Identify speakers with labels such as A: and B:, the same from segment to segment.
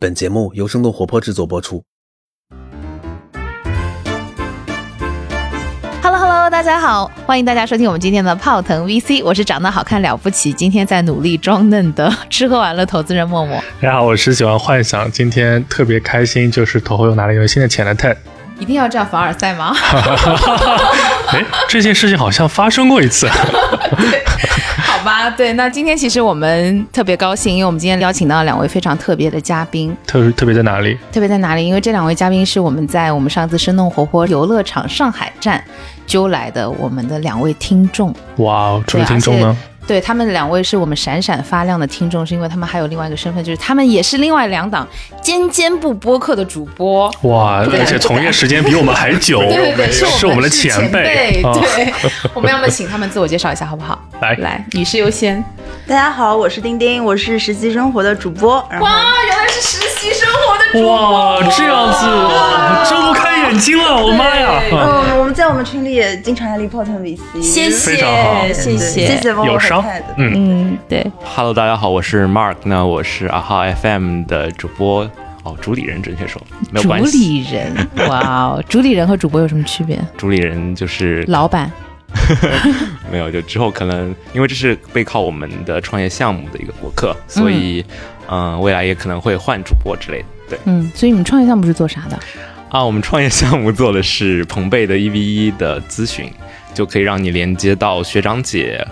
A: 本节目由生动活泼制作播出。
B: Hello Hello，大家好，欢迎大家收听我们今天的泡腾 VC，我是长得好看了不起，今天在努力装嫩的吃喝玩乐投资人默默。
C: 大家好，我是喜欢幻想，今天特别开心，就是头后又拿了一个新的钱的 TED。
B: 一定要这样凡尔赛吗？
C: 哎，这件事情好像发生过一次。
B: 好吧，对，那今天其实我们特别高兴，因为我们今天邀请到两位非常特别的嘉宾。
C: 特特别在哪里？
B: 特别在哪里？因为这两位嘉宾是我们在我们上次生动活泼游乐场上海站揪来的我们的两位听众。
C: 哇哦，这位听众呢？
B: 对他们两位是我们闪闪发亮的听众，是因为他们还有另外一个身份，就是他们也是另外两档尖尖部播客的主播。
C: 哇，
B: 对
C: 而且从业时间比我们还久，
B: 对 对对，
C: 是
B: 我
C: 们的
B: 是
C: 前
B: 辈。
C: 啊
B: 对，我们要不请他们自我介绍一下，好不好？
C: 来
B: 来，女士优先。
D: 大家好，我是丁丁，我是实习生活的主播。然后
B: 啊原来是实习生活的
C: 哇，这样子睁不开眼睛了，我妈呀！啊
D: 嗯，我们在我们群里也经常安利 Potent VC，
B: 谢
C: 非常好
B: 谢，谢
D: 对谢
B: 谢。
D: 谢帮我
C: 有
D: 和
C: 伤
D: Ted，
C: 嗯，
B: 嗯，对，
E: Hello，大家好，我是 Mark，那我是啊哈 FM 的主播哦，主理人准确说没有
B: 主
E: 关系，
B: 理 人，哇哦，主理人和主播有什么区别？
E: 主理人就是
B: 老板，
E: 没有，就之后可能因为这是背靠我们的创业项目的一个博客，所以嗯、呃未来也可能会换主播之类的。对
B: 嗯，所以你们创业项目是做啥的？
E: 啊，我们创业项目做的是彭贝的一 v 一的咨询，就可以让你连接到学长姐，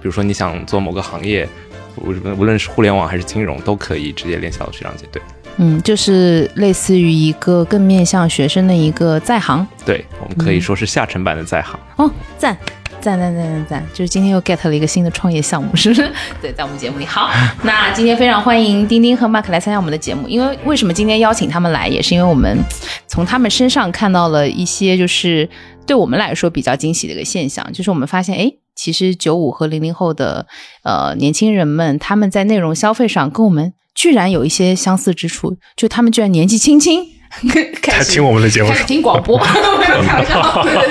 E: 比如说你想做某个行业，无无论是互联网还是金融，都可以直接联系到学长姐。对。
B: 嗯，就是类似于一个更面向学生的一个在行
E: 对，我们可以说是下沉版的在行。
B: 哦，赞。赞赞赞赞赞！就是今天又 get 了一个新的创业项目，是不是？ 对，在我们节目里。 好，那今天非常欢迎丁丁和 Mark 来参加我们的节目。因为为什么今天邀请他们来，也是因为我们从他们身上看到了一些就是对我们来说比较惊喜的一个现象，就是我们发现，哎，其实九五和零零后的呃年轻人们，他们在内容消费上跟我们居然有一些相似之处，就他们居然年纪轻轻 开
C: 还
B: 始
C: 听我们的节目
B: 开，始听广 播，没有开玩笑。对对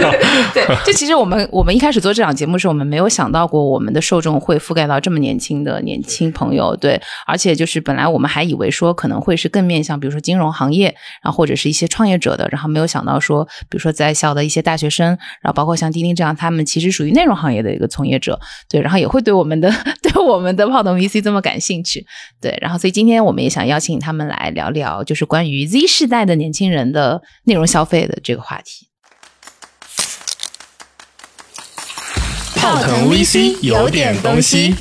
B: 对对，就其实我们我们一开始做这档节目时，我们没有想到过我们的受众会覆盖到这么年轻的年轻朋友，对，而且就是本来我们还以为说可能会是更面向比如说金融行业，然后或者是一些创业者的，然后没有想到说，比如说在校的一些大学生，然后包括像丁丁这样，他们其实属于内容行业的一个从业者，对，然后也会对我们的 对我们的泡腾 VC 这么感兴趣，对，然后所以今天我们也想邀请他们来聊聊，就是关于 Z 世代的年轻人的内容消费的这个话题。
C: 泡腾 VC 有点东西，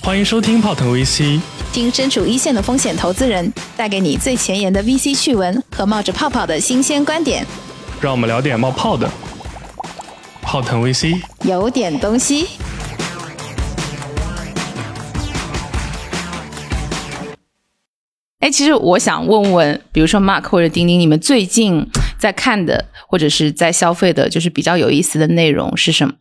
C: 欢迎收听泡腾 VC。
F: 听身处一线的风险投资人带给你最前沿的 VC 趣闻和冒着泡泡的新鲜观点，
C: 让我们聊点冒泡的。泡腾 VC，
F: 有点东西。
B: 哎，其实我想问问，比如说 Mark 或者丁丁，你们最近在看的或者是在消费的，就是比较有意思的内容是什么？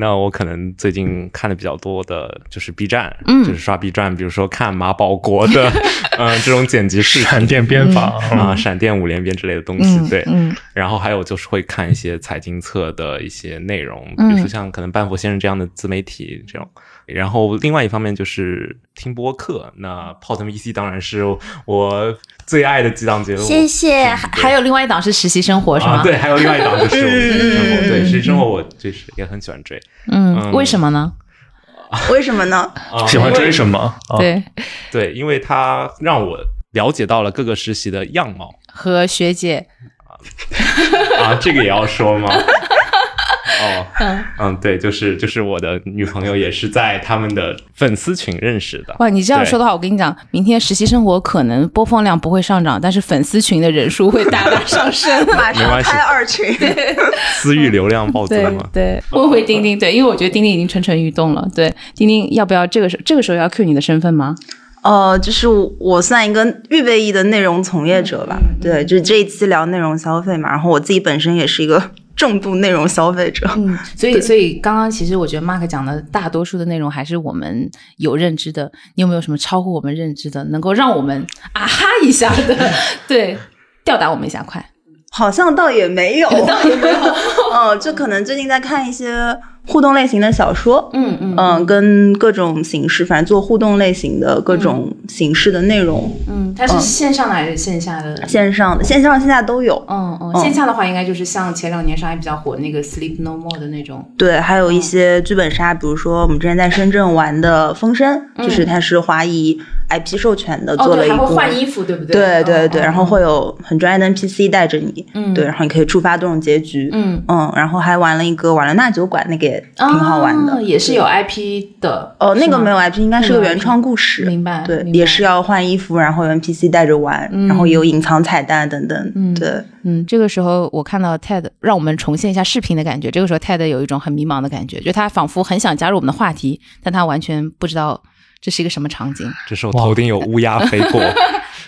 E: 那我可能最近看的比较多的就是 B 站，
B: 嗯
E: 就是刷 B 站，比如说看马保国 的，嗯、这种剪辑视
C: 闪
E: 频
C: 电编法，
E: 啊、闪电五连鞭之类的东西，
B: 嗯，
E: 对。
B: 嗯
E: 然后还有就是会看一些财经册的一些内容，比如说
B: 嗯
E: 像可能半佛先生这样的自媒体这种。然后另外一方面就是听播客，那泡腾 VC 当然是我最爱的几档节目。
D: 谢谢
E: 嗯
D: 还
E: 对
B: 还有另外一档是实习生活，是吗？
E: 啊，对，还有另外一档就是我们的生活，
B: 嗯
E: 对，实习生活我就是也很喜欢追。
B: 嗯，
E: 嗯
B: 为什么呢？
D: 为什么呢？
E: 啊
C: 嗯喜欢追
E: 么？
C: 什么？
E: 嗯
C: 啊
B: 对，
E: 对，因为它让我了解到了各个实习的样貌
B: 和学姐，
E: 啊，这个也要说 吗？哦，嗯，对，就是就是我的女朋友也是在他们的粉丝群认识的。
B: 哇，你这样
E: 对
B: 说的话，我跟你讲，明天实习生活可能播放量不会上涨，但是粉丝群的人数会大大上升。
D: 马
E: 没
D: 上
E: 关系
D: 开二群，
E: 私域流量暴增
B: 对
E: 嘛？
B: 对，问回丁丁，对，因为我觉得丁丁已经蠢蠢欲动了。对，丁丁要不要这个时候这个时候要 cue 你的身份吗？
D: 呃，就是我算一个预备役的内容从业者吧，
B: 嗯
D: 对，就是这一期聊内容消费嘛，然后我自己本身也是一个重度内容消费者，
B: 嗯，所以所以刚刚其实我觉得 Mark 讲的大多数的内容还是我们有认知的，你有没有什么超乎我们 认知的，能够让我们啊哈一下的，对，吊打我们一下快。
D: 好像倒也没 有，倒也没有。 嗯，就可能最近在看一些互动类型的小说，
B: 嗯嗯
D: 嗯，跟各种形式，反正做互动类型的各种形式的内容，
B: 嗯，它是线上的还是线下的？
D: 线上的、线上线下都有。
B: 嗯嗯，
D: 嗯
B: 线下的话应该就是像前两年上海比较火那个 Sleep No More 的那种，
D: 对，还有一些剧本杀，比如说我们之前在深圳玩的《风声》，就是它是华谊 IP 授权的，
B: 嗯哦
D: 做了
B: 对，
D: 一
B: 还
D: 个。
B: 会换衣服，对不
D: 对
B: 对哦
D: 对
B: 对
D: 对，然后会有很专业的 NPC 带着你，
B: 嗯
D: 对，然后你可以触发多种结局，
B: 嗯
D: 然后还玩了一个瓦伦纳酒馆，那个也挺好玩的，
B: 啊也是有 IP 的。
D: 哦，那
B: 是
D: 个
B: 吗
D: 没有 IP，应该是个
B: 没有 IP
D: 原创故事，
B: 明白
D: 对，
B: 明白
D: 也是要换衣服，然后有 NPC 带着玩，然后有隐藏彩蛋等等，
B: 嗯
D: 对，
B: 嗯，这个时候我看到 TED，让我们重现一下视频的感觉。这个时候 TED 有一种很迷茫的感觉，就他仿佛很想加入我们的话题，但他完全不知道这是一个什么场景。
E: 这时候头顶有乌鸦飞 过，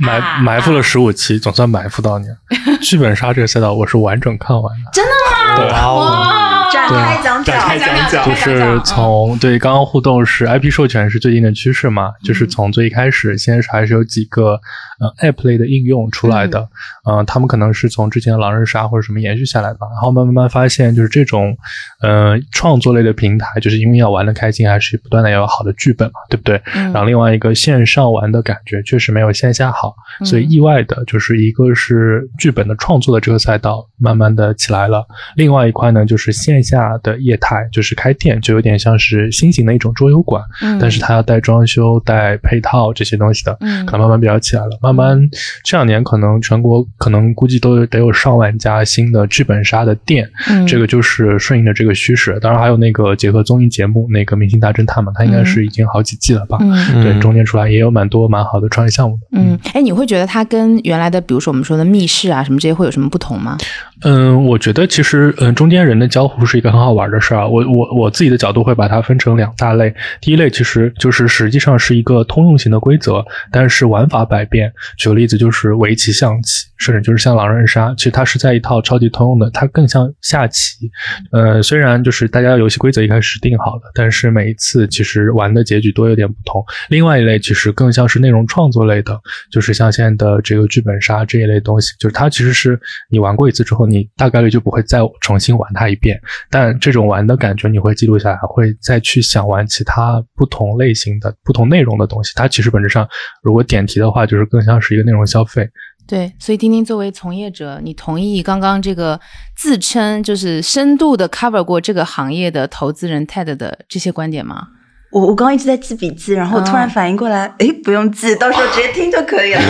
C: 埋埋伏了十五期，总算埋伏到你 了。剧本杀这个赛道我是完整看完的，真的吗？
B: 哦
D: 展哦开讲
E: 展开讲讲
C: 对，就是从对刚刚互动是 IP 授权是最近的趋势
E: 嗯
C: 嘛，就是从最一开始，先是还是有几个呃 App 类的应用出来的，嗯，他们可能是从之前的狼人杀或者什么延续下来吧，然后慢慢慢发现就是这种呃创作类的平台，就是因为要玩的开心，还是不断的要有好的剧本嘛，对不对？
B: 嗯
C: 然后另外一个线上玩的感觉确实没有线下好，
B: 嗯
C: 所以意外的就是一个是剧本的创作的这个赛道慢慢的起来了，另外一块呢就是线下的业态，就是开店就有点像是新型的一种桌游馆，
B: 嗯
C: 但是它要带装修、带配套这些东西的，
B: 嗯
C: 可能慢慢比较起来了。慢慢这两年可能全国可能估计都得有上万家新的剧本杀的店，
B: 嗯
C: 这个就是顺应着这个趋势。当然还有那个结合综艺节目那个《明星大侦探》嘛，它应该是已经好几季了吧？
B: 嗯
C: 对，
E: 嗯
C: 中间出来也有蛮多蛮好的创业项目的。
B: 嗯，哎，你会觉得它跟原来的，比如说我们说的密室啊什么这些会有什么不同吗？
C: 嗯，我觉得其实，嗯，中间人的交互是一个很好玩的事儿啊。我我我自己的角度会把它分成两大类。第一类其实就是实际上是一个通用型的规则，但是玩法百变。举个例子，就是围棋、象棋，甚至就是像狼人杀，其实它是在一套超级通用的，它更像下棋。呃，虽然就是大家游戏规则一开始定好了，但是每一次其实玩的结局都有点不同。另外一类其实更像是内容创作类的，就是像现在的这个剧本杀这一类东西，就是它其实是你玩过一次之后，你大概率就不会再重新玩它一遍。但这种玩的感觉你会记录下来，会再去想玩其他不同类型的、不同内容的东西。它其实本质上，如果点题的话，就是更像是一个内容消费。
B: 对，所以丁丁作为从业者，你同意刚刚这个自称就是深度的 cover 过这个行业的投资人 TED 的这些观点吗？
D: 我我刚刚一直在记笔记，然后我突然反应过来，哎、不用记，到时候直接听就可以了。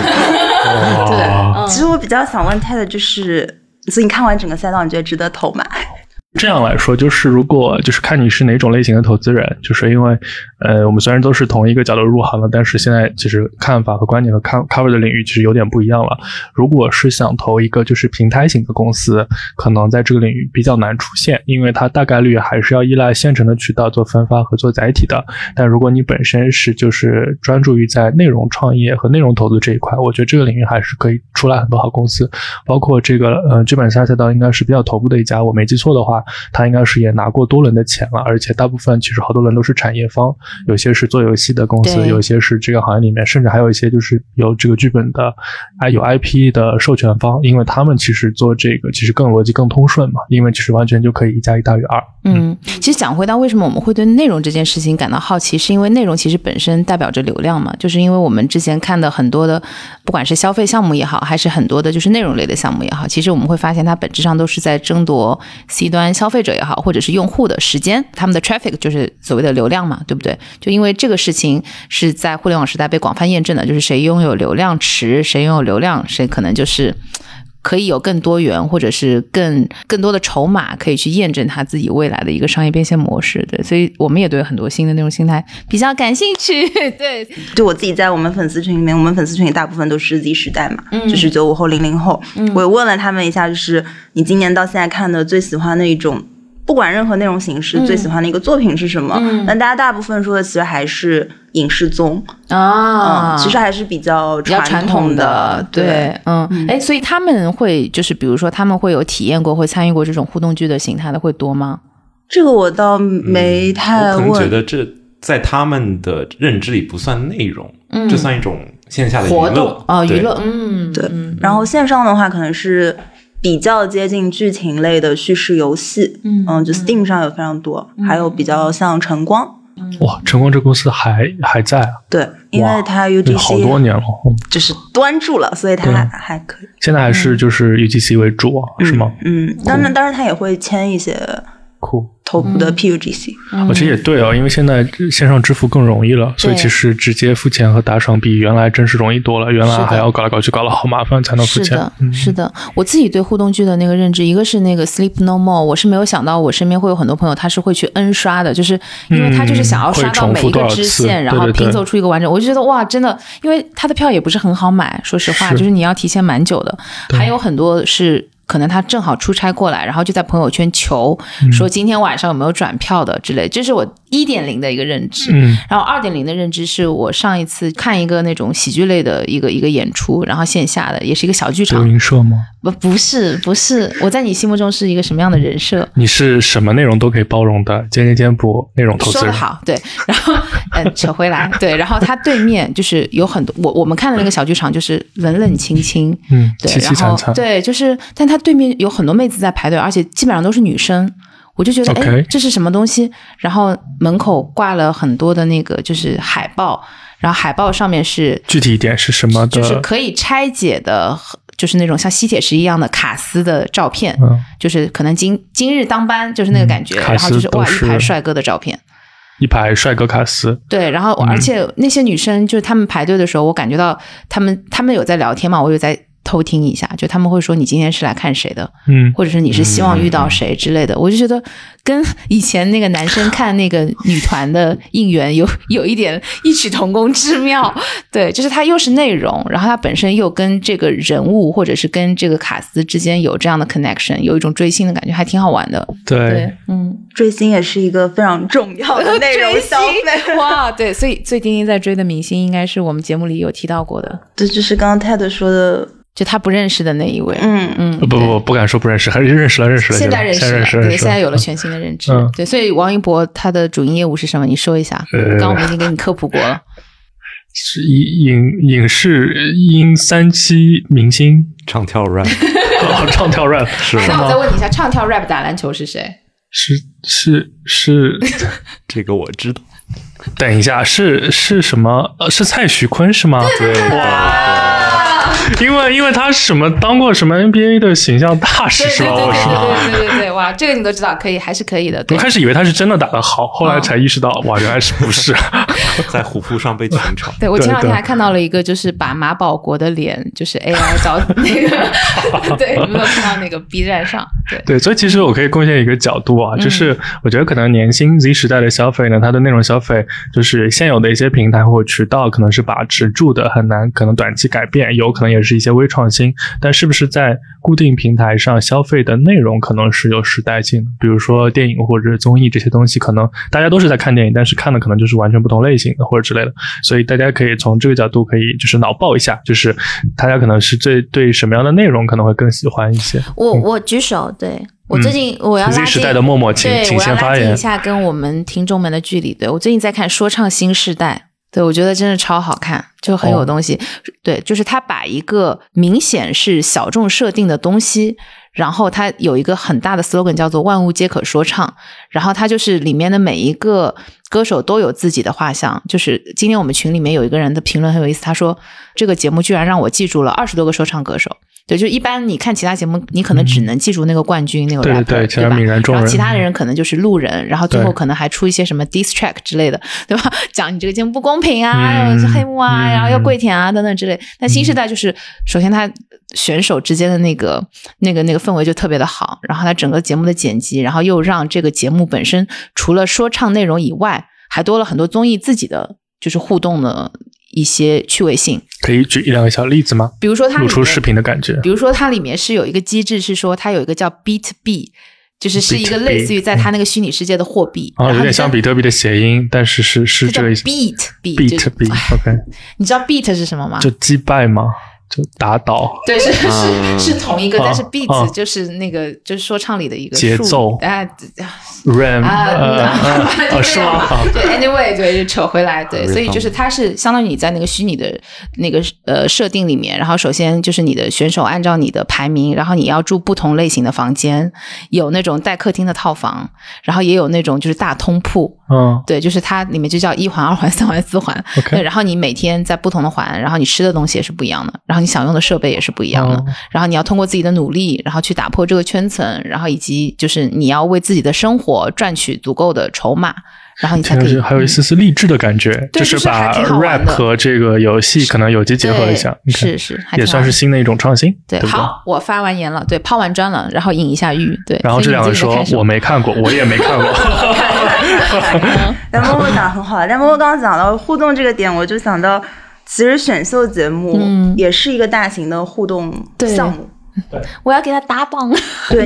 C: 对，
D: 其实我比较想问他的就是，所以你看完整个赛道，你觉得值得投吗？
C: 这样来说，就是如果就是看你是哪种类型的投资人，就是因为，呃，我们虽然都是同一个角度入行了，但是现在其实看法和观点和 co- cover 的领域其实有点不一样了。如果是想投一个就是平台型的公司，可能在这个领域比较难出现，因为它大概率还是要依赖现成的渠道做分发和做载体的。但如果你本身是就是专注于在内容创业和内容投资这一块，我觉得这个领域还是可以出来很多好公司。包括这个呃剧本杀赛道应该是比较头部的一家，我没记错的话，它应该是也拿过多轮的钱了，而且大部分其实好多轮都是产业方，有些是做游戏的公司，
B: 对
C: 有些是这个行业里面，甚至还有一些就是有这个剧本的，哎有 IP 的授权方，因为他们其实做这个其实更逻辑更通顺嘛，因为其实完全就可以一加一大于二。
B: 嗯，其实讲回到为什么我们会对内容这件事情感到好奇，是因为内容其实本身代表着流量嘛，就是因为我们之前看的很多的，不管是消费项目也好，还是很多的就是内容类的项目也好，其实我们会发现它本质上都是在争夺 C 端消费者也好，或者是用户的时间，他们的 traffic 就是所谓的流量嘛，对不对？就因为这个事情是在互联网时代被广泛验证的，就是谁拥有流量池，谁拥有流量，谁可能就是。可以有更多元，或者是更更多的筹码，可以去验证他自己未来的一个商业变现模式。对，所以我们也对很多新的内容形态比较感兴趣。 对，
D: 就我自己在我们粉丝群里面，我们粉丝群里大部分都是 Z 时代嘛，
B: 嗯
D: 就是九五后、零零后。我也问了他们一下，就是你今年到现在看的最喜欢的一种，不管任何内容形式，最喜欢的一个作品是什么？
B: 嗯
D: 但大家大部分说的其实还是影视综，
B: 啊
D: 嗯，其实还是比较
B: 比较传
D: 统
B: 统的，
D: 对。
B: 对，嗯，哎、所以他们会就是，比如说他们会有体验过或参与过这种互动剧的形态的会多吗？
D: 这个我倒没太
E: 嗯我可能觉
D: 问。
E: 得这在他们的认知里不算内容，
B: 嗯
E: 这算一种线下的娱
B: 活动
E: 乐
B: 啊、娱
E: 对
B: 乐，嗯，
D: 对
B: 嗯
D: 然后线上的话，可能是比较接近剧情类的叙事游戏，
B: 嗯
D: 就 Steam 上有非常多，
B: 嗯
D: 还有比较像晨光，
C: 哇，晨光这公司还还在啊，
D: 对，因为它
C: 对好多
D: UGC
C: 年了，嗯
D: 就是端住了，所以它
C: 对
D: 还可以，
C: 现在还
B: 嗯
C: 是就是 UGC 为主啊，是吗？
D: 嗯，当然，当然它也会签一些
C: 酷。
D: 头部的 PUGC，
B: 嗯
C: 我其实也对啊，因为现在线上支付更容易了，所以
B: 对
C: 其实直接付钱和打赏比原来真是容易多了。原
B: 是
C: 来
B: 的
C: 还要搞来搞去，搞了好麻烦才能付
B: 是
C: 钱
B: 的。，
C: 嗯
B: 是的，我自己对互动剧的那个认知，一个是那个 Sleep No More，我是没有想到我身边会有很多朋友他是会去 N 刷的，就是因为他就是想要
C: 嗯会
B: 刷到每一
C: 重复多
B: 个
C: 少
B: 支
C: 次
B: 线，然
C: 对
B: 后
C: 对对
B: 拼凑出一个完整。我就觉得哇，真的，因为他的票也不是很好买，说实话，
C: 是
B: 就是你要提前蛮久的，
C: 对
B: 还有很多是。可能他正好出差过来，然后就在朋友圈求
C: 嗯
B: 说今天晚上有没有转票的之类，这是我一点零的一个认知。
C: 嗯，
B: 然后二点零的认知是我上一次看一个那种喜剧类的一个一个演出，然后线下的也是一个小剧
C: 德
B: 场，
C: 云社吗？
B: 不不是不是，我在你心目中是一个什么样的人设？
C: 你是什么内容都可以包容的，尖尖尖不内容投
B: 说的
C: 资人。
B: 好，对，然后嗯，扯回来，对，然后他对面就是有很多我我们看的那个小剧场就是冷冷清清，
C: 嗯，
B: 对，
C: 凄凄
B: 然
C: 惨
B: 后
C: 惨。
B: 对，就是，但他对面有很多妹子在排队，而且基本上都是女生。我就觉得，哎
C: OK
B: 这是什么东西？然后门口挂了很多的那个就是海报，然后海报上面是
C: 具体一点是什么
B: 就
C: 的？
B: 是可以拆解的，就是那种像吸铁石一样的卡斯的照片，
C: 嗯，
B: 就是可能今今日当班就是那个感觉，
C: 嗯卡
B: 然后就
C: 斯
B: 是
C: 都
B: 哇
C: 是
B: 一排帅哥的照片，
C: 一排帅哥卡斯，
B: 对，然后
C: 嗯
B: 我而且那些女生就是她们排队的时候，我感觉到她们她们有在聊天嘛，我有在偷听一下，就她们会说你今天是来看谁的，
C: 嗯，
B: 或者是你是希望遇到谁之类的，我就觉得跟以前那个男 生看那个女团的应援有 有一点异曲同工之妙。对，就是它又是内容，然后它本身又跟这个人物或者是跟这个卡斯之间有这样的 connection，有一种追星的感觉，还挺好玩的。
C: 对
B: 对，，嗯，
D: 追星也是一个非常重 要的内容消费。
B: 哇，对，所以所以丁丁在追的明星应该是我们节目里有提到过的，
D: 对，就是刚刚 Ted 说的，
B: 就他不认识的那一位。
D: 嗯，
B: 嗯，
C: 不呃不不，不敢说不认识，还是认识了，认识了，
B: 现在认识
C: 现在
B: 了，
C: 认识
B: 对，
C: 了，认识
B: 现在有了全新的认知。
C: 嗯
B: 对，所以王一博他的主营业务是什么？你说一下。
C: 呃
B: 刚刚我们已经给你科普过了。
C: 是影影影视音三期明星，
E: 唱跳 rap
C: 哦，唱跳 rap 是
B: 那我再
C: 吗？
B: 问你一下，唱跳 rap 打篮球是谁？
C: 是是是，
E: 这个我 知道，
C: 等一下，是是什么？呃，是蔡徐坤是吗？对因为因为他什么当过什么 NBA 的形象大使是吧？我是吗？
B: 对对对对，哇，这个你都知道，可以还是可以的。
C: 我
B: 对
C: 开始以为他是真的打得好，后来才意识到，哇，原来是不是？啊
E: 在虎扑上被群嘲。
B: 对，我前两
C: 对
B: 天
C: 对
B: 还看到了一个，就是把马保国的脸，就是 AI 找那个， 对，你没有看到那个 B 站上？对，
C: 对，所以其实我可以贡献一个角度啊，就是我觉得可能年薪 Z 时代的消费呢，它的内容消费就是现有的一些平台或渠道可能是把持住的，很难可能短期改变，有可能也是一些微创新，但是不是在固定平台上消费的内容可能是有时代性的，比如说电影或者是综艺这些东西，可能大家都是在看电影，但是看的可能就是完全不同类型的或者之类的，所以大家可以从这个角度可以就是脑爆一下，就是大家可能是最对什么样的内容可能会更喜欢一些。
G: 我我举手，对我最近我要拉
C: Z
G: 近
C: 嗯时代的默默，请
B: 对，
C: 请
B: 我要
C: 先
B: 拉
C: 发
B: 近
C: 言
B: 一。下跟我们听众们的距离。对我最近在看《说唱新时代》，对我觉得真的超好看，就很有东西。对，就是他把一个明显是小众设定的东西。然后它有一个很大的 slogan 叫做“万物皆可说唱”，然后它就是里面的每一个歌手都有自己的画像。就是今天我们群里面有一个人的评论很有意思，他说这个节目居然让我记住了二十多个说唱歌手。对，就一般你看其他节目，你可能只能记住那个冠军、那个
C: 嗯对
B: rapper，
C: 对对其他
B: 吧
C: 泯然众
B: 然后
C: 人
B: 其他的人可能就是路人，然后最后
C: 对
B: 可能还出一些什么 diss track 之类的， 对吧？讲你这个节目不公平啊，
C: 嗯
B: 又是黑幕啊，
C: 嗯
B: 然后要跪舔啊等等之类。但新时代就是，首先它选手之间的那个那个那个氛围就特别的好，然后它整个节目的剪辑，然后又让这个节目本身除了说唱内容以外，还多了很多综艺自己的就是互动的一些趣味性，
C: 可以举一两个小例子吗？
B: 比如说它里
C: 露出
B: 面
C: 视频的感觉
B: 比如说它里面是有一个机制，是说它有一个叫 Beat B，就是是一个
C: Beat
B: 类似于在它那个虚拟世界的货币，
C: 啊，
B: 然后
C: 有
B: 你
C: 点
B: 就
C: 像比特币的谐音，但是是是
B: 它叫
C: 这个意思
B: Beat B，
C: beat beat，OK，
B: 你知道 Beat 是什么吗？
C: 就击败吗？就打倒
B: 对，是是
E: 嗯
B: 是同一个，
C: 啊
B: 但是
C: 啊
B: beats 就是那个就是说唱里的一个
C: 节
B: 术语
C: 奏
B: 啊
C: RAM
B: 啊
C: 呃呃
B: 对
C: 呃是吗？啊，
B: 对，anyway，对，就扯回来，对，所以就是它是相当于你在那个虚拟的那个呃设定里面，然后首先就是你的选手按照你的排名，然后你要住不同类型的房间，有那种带客厅的套房，然后也有那种就是大通铺，
C: 嗯
B: 对，就是它里面就叫一环、二环、三环、四环。对，
C: ，OK，
B: 然后你每天在不同的环，然后你吃的东西也是不一样的，然后你想用的设备也是不一样的，
C: 嗯
B: 然后你要通过自己的努力，然后去打破这个圈层，然后以及就是你要为自己的生活赚取足够的筹码，然后你才
C: 听
B: 可以
C: 上
B: 嗯
C: 去还有一丝丝励志的感觉，
B: 对
C: 是
B: 就是还
C: 把
B: 挺好玩
C: rap
B: 的
C: 和这个游戏可能有机结合一下，
B: 对是
C: OK
B: 是，还
C: 也
B: 挺好
C: 算是
B: 玩
C: 新的一种创新，
B: 对。
C: 不对？
B: 好，我发完言了，对，抛完砖了，然后引一下玉，对。
C: 然后这
B: 所以
C: 两个
B: 你自己在
C: 说
B: 看什么
C: 我没看过，我也没看过，
D: 但默默讲很好啊，但默默刚刚讲到互动这个点，我就想到，其实选秀节目
B: 嗯
D: 也是一个大型的互动
G: 对
D: 项目，
G: 我要给他打 榜。
D: 对，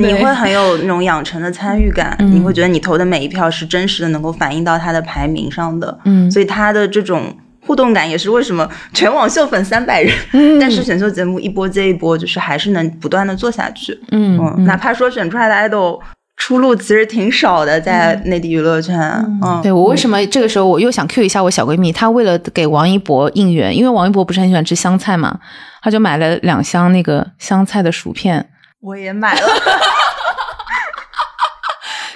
G: 对
D: 你会很有那种养成的参与感，
B: 嗯
D: 你会觉得你投的每一票是真实的，能够反映到他的排名上的，
B: 嗯
D: 所以他的这种。互动感也是为什么全网秀粉三百人，
G: 嗯
D: 但是选秀节目一波接一波，就是还是能不断的做下去。
B: 嗯
D: 嗯，哪怕说选出来的 idol 出路其实挺少的，在内地娱乐圈，嗯，
B: 对我为什么这个时候我又想 Q 一下我小闺蜜，她为了给王一博应援，因为王一博不是很喜欢吃香菜嘛，她就买了两箱那个香菜的薯片。
D: 我也买 了，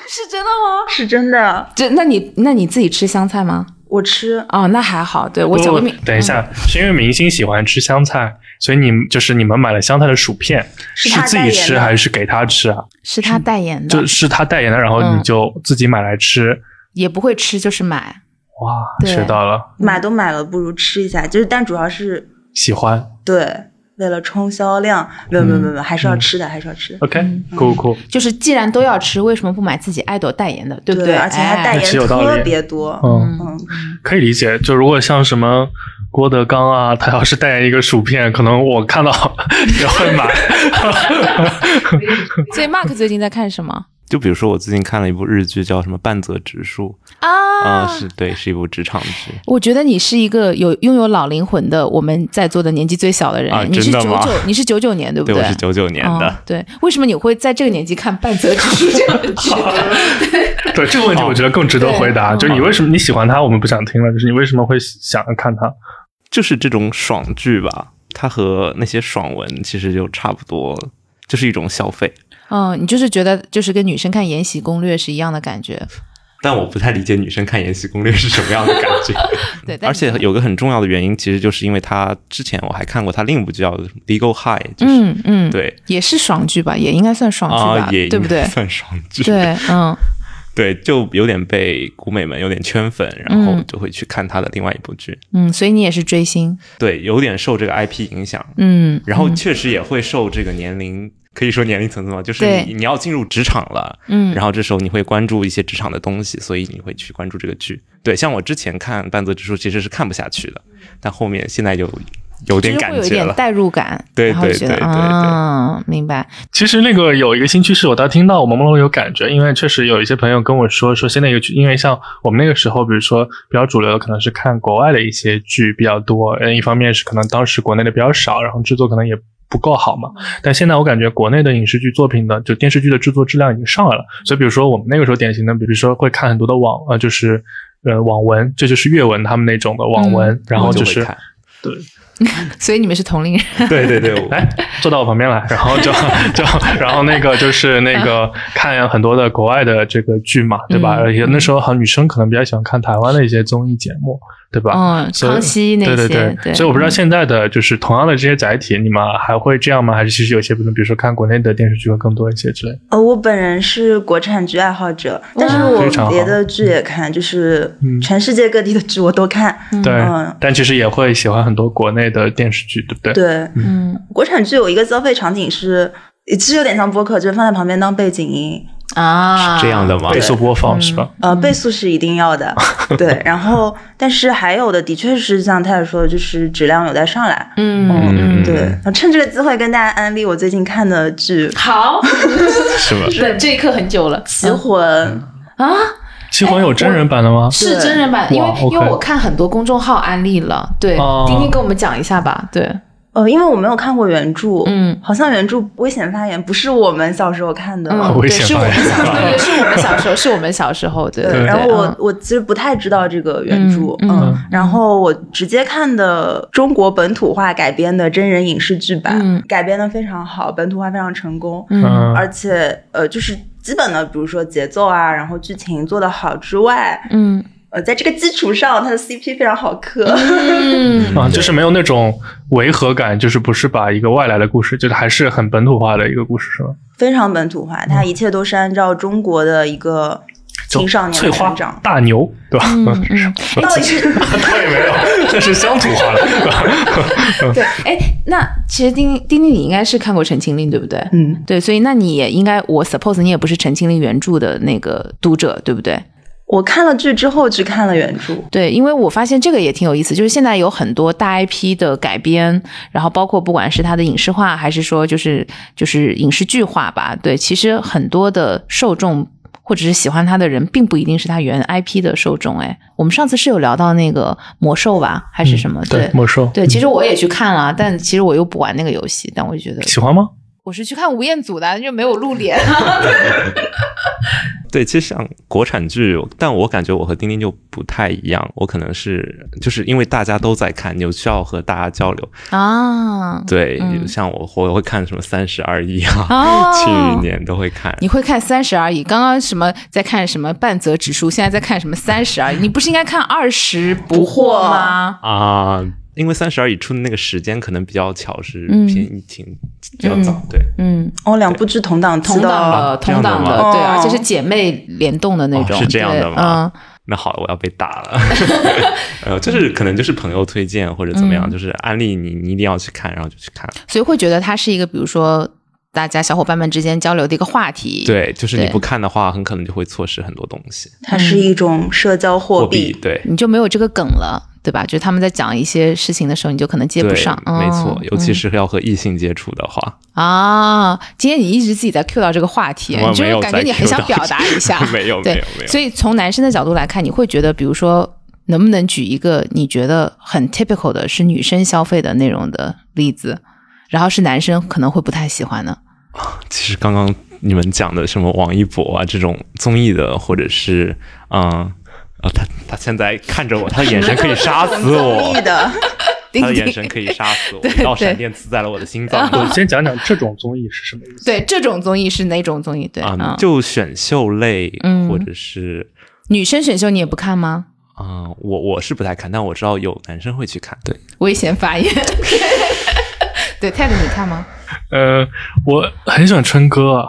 B: 是真的吗？
D: 是真的。
B: 这那你那你自己吃香菜吗？
D: 我吃，
B: 哦，那还好。对我小
C: 不
B: 闺蜜，
C: 等一下，是因为明星喜欢吃香菜，所以你们就是你们买了香菜的薯片，
D: 是
C: 是
D: 他
C: 自
D: 代
C: 己
D: 言
C: 吃
D: 的
C: 还是给他吃啊？
B: 是她代言的，
C: 就是他代言的，然后
B: 嗯
C: 你就自己买来吃。
B: 也不会吃，就是买。
C: 哇，
B: 对
C: 学到了，
D: 买都买了，不如吃一下。就是，但主要是
C: 喜欢。
D: 对，为了冲销量，没有没有没有没有，还是要吃的，还是要吃的。
C: OK，酷嗯酷酷，
B: 就是既然都要吃，为什么不买自己爱豆代言的，对不
D: 而且他
B: 哎
D: 代言
C: 这有道理
D: 特别多，
C: 嗯，
D: 嗯，
C: 可以理解。就如果像什么郭德纲啊，他要是代言一个薯片，可能我看到 也会买。
B: 所以 Mark 最近在看什么
E: 就比如说我最近看了一部日剧，叫什么《半泽直树》啊、
B: 啊？
E: 是对，是一部职场剧。
B: 我觉得你是一个有拥有老灵魂的，我们在座的年纪最小的人。
E: 啊
B: 你是
E: 真
B: 九
E: 的吗
B: 九，你是九九年对不
E: 对，我
B: 对
E: 是九九年
B: 哦
E: 的，
B: 对，为什么你会在这个年纪看《半泽直树》这样的 剧？
C: 对 这个问题，我觉得更值得回答。
B: 对
C: 就是你为什么你喜欢他，我们不想听了。就是你为什么会想要看他？
E: 就是这种爽剧吧，它和那些爽文其实就差不多，就是一种消费。
B: 嗯，你就是觉得就是跟女生看《延禧攻略》是一样的感觉，
E: 但我不太理解女生看《延禧攻略》是什么样的感觉。
B: 对。但
E: 而且有个很重要的原因，其实就是因为他之前我还看过他另一部叫《Legal High》，就是、
B: 嗯嗯，，
E: 对
B: 也是爽剧吧，也应该算爽剧
E: 啊、
B: 吧，
E: 也
B: 对不对
E: 应该？算爽剧，
B: 对，嗯
E: 对就有点被古美们有点圈粉，然后
B: 嗯
E: 就会去看他的另外一部剧，
B: 嗯，所以你也是追星，
E: 对，有点受这个 IP 影响，
B: 嗯，
E: 然后
B: 嗯
E: 确实也会受这个年龄，可以说年龄层次嘛，就是
B: 对
E: 你你要进入职场了，
B: 嗯，
E: 然后这时候你会关注一些职场的东西，所以你会去关注这个剧。对，像我之前看《半泽直树》其实是看不下去的，但后面现在就
B: 就
E: 有点
B: 是
E: 感
B: 会有一
E: 觉
B: 点
E: 了。
B: 代入感，
E: 对
B: 然后
E: 对
B: 觉得
E: 对对对
B: 啊，明白，
C: 其实那个有一个新趋势，我倒听到我朦朦胧胧有感觉，因为确实有一些朋友跟我说说现在有，因为像我们那个时候，比如说比较主流的可能是看国外的一些剧比较多，嗯，一方面是可能当时国内的比较少，然后制作可能也。不够好嘛？但现在我感觉国内的影视剧作品的，就电视剧的制作质量已经上来了。所以，比如说我们那个时候典型的，比如说会看很多的网，呃，就是呃网文，这就是阅文他们那种的网文，
B: 嗯
C: 然后就是
E: 我会
B: 所以你们是同龄人，
E: 看对 对对，我
C: 来坐到我旁边来，然后就 就然后那个就是那个看很多的国外的这个剧嘛，对吧？
B: 嗯
C: 而且那时候好像女生可能比较喜欢看台湾的一些综艺节目，对吧？
B: 嗯，
C: 所以
B: 康熙那些，
C: 对对
B: 对，
C: 所以我不知道
B: 嗯
C: 现在的就是同样的这些载体，你们还会这样吗？还是其实有些不能，比如说看国内的电视剧会更多一些之类的？
D: 呃，我本人是国产剧爱好者，但是
C: 非常
D: 我
C: 好
D: 别的剧也看，就是
C: 嗯
D: 全世界各地的剧我都看。
C: 对，
D: 嗯
C: 但其实也会喜欢很多国内的电视剧，对不对？
D: 对，
B: 嗯
D: 国产剧有一个消费场景是，其实有点像播客，就是放在旁边当背景音。
B: 啊，
E: 是这样的吗？
C: 倍速播
B: 嗯
C: 放、是吧？
D: 呃，倍速是一定 要的，对。然后，但是还有的，的确是像泰尔说的，就是质量有在上来。
B: 嗯
D: 嗯，
E: 嗯
D: 对。趁这个机会跟大家安利我最近看的剧 《
B: 好，嗯
E: 是吗？
B: 等这一刻很久了。
D: 棋魂》，
B: 啊，
C: 西魂有真人版的吗？
B: 是
D: 对
B: 真人版，因为
C: 哇，OK
B: 因为我看很多公众号安利了，对
C: 哦，
B: 丁丁给我们讲一下吧，对，
D: 呃，因为我没有看过原著，
B: 嗯，
D: 好像原著《危险发言》不是我们小时候看的，
B: 嗯，
C: 危
B: 对，
C: 险
B: 是我
C: 发
B: 们
C: 言
B: 小时候， 对，是我们小时候，是我们小时候，对
D: 对，
B: 对。
D: 然后我、
B: 嗯
D: 我其实不太知道这个原著，
B: 嗯
D: 嗯，
B: 嗯
D: 然后我直接看的中国本土化改编的真人影视剧版，
B: 嗯
D: 改编的非常好，本土化非常成功，
B: 嗯
C: 嗯，
D: 而且呃，就是基本的，比如说节奏啊，然后剧情做得好之外，
B: 嗯
D: 呃，在这个基础上，它的 CP 非常好磕，
B: 嗯
C: 啊，就是没有那种违和感，就是不是把一个外来的故事，就是还是很本土化的一个故事，是吗？
D: 非常本土化，它一切都是按照中国的一个
C: 就
D: 青少年
C: 翠花
D: 成长。
C: 大牛，对吧？
B: 嗯嗯，
D: 到底是
C: 倒也没有，这是乡土化的。
D: 嗯
B: 对，哎，那其实丁丁丁，你应该是看过《陈情令》，对不对？
D: 嗯，
B: 对，所以那你也应该，我 suppose 你也不是《陈情令》原著的那个读者，对不对？
D: 我看了剧之后去看了原著，
B: 对，因为我发现这个也挺有意思，就是现在有很多大 IP 的改编，然后包括不管是它的影视化，还是说就是就是影视剧化吧，对，其实很多的受众或者是喜欢它的人，并不一定是它原 IP 的受众。哎，我们上次是有聊到那个魔兽吧， 还是什么？对
C: 嗯对，魔兽，
B: 对，其实我也去看了，但其实我又不玩那个游戏，但我就觉得
C: 嗯喜欢 吗？
B: 我是去看吴彦祖的，就没有露脸。
E: 对，其实像国产剧，但我感觉我和丁丁就不太一样，我可能是就是因为大家都在看，你需要和大家交流。
B: 啊
E: 对，
B: 嗯
E: 像我我会看什么《三十而已》啊，
B: 哦
E: 去年都会看。
B: 你会看《三十而已》，刚刚什么在看什么半泽直树，现在在看什么《三十而已》？你不是应该看《二十不惑》吗？
E: 啊，因为《三十而已》出的那个时间可能比较巧，是
B: 嗯
E: 偏挺比较早，对，
B: 嗯，
D: 哦，两部剧同档期
B: 同
D: 的
B: 档
D: 哦
B: 的，
E: 这
B: 同
E: 样的吗
B: 档的，对，
D: 哦
B: 而且是姐妹联动的那种，
E: 哦是这样的
B: 对
E: 吗
B: 嗯，
E: 那好，我要被 打了。 呃，就是可能就是朋友推荐或者怎么样，
B: 嗯
E: 就是安利你，你一定要去看，然后就去看。
B: 所以会觉得它是一个，比如说大家小伙伴们之间交流的一个话题。，
E: 对，就是你
B: 对
E: 不看的话，很可能就会错失很多东西。
D: 它是一种社交货
E: 币
D: 币，
E: 对。
B: 你就没有这个梗了，对吧？就他们在讲一些事情的时候，你就可能接
E: 对
B: 不上。，嗯
E: 没错，尤其
B: 嗯
E: 是要和异性接触的话，
B: 啊，今天你一直自己在 cue 到这个话题，
E: 我
B: 你就
E: 没
B: 是
E: 有
B: 感
E: 在
B: 觉你很
E: cue
B: 想
E: 到
B: 表
E: 这
B: 达
E: 个，
B: 一 下
E: 没有
B: 对
E: 哦没有没有
B: 所以从男生的角度来看，你会觉得，比如说，能不能举一个你觉得很 typical 的是女生消费的内容的例子，然后是男生可能会不太喜欢的？
E: 其实刚刚你们讲的什么王一博啊这种综艺的，或者是嗯啊、他他现在 看着我，他的 眼神可以杀 死我
D: 综艺，的，
E: 他的
B: 丁丁
E: 眼神可以杀死 我，
B: 对
E: 一道闪
B: 对
E: 电刺在了我的 心脏
C: 我先讲讲这种综艺是什么意思。
B: 对，这种综艺是哪种综艺？对，
E: 啊
B: 嗯，
E: 就选秀类
B: 嗯
E: 或者是。
B: 女生选秀你也不看吗？
E: 啊、我我是不太看，但我知道有男生会去看。对，
B: 危险发 言。对，Ted 你看吗？
C: 呃，我很喜欢春哥啊，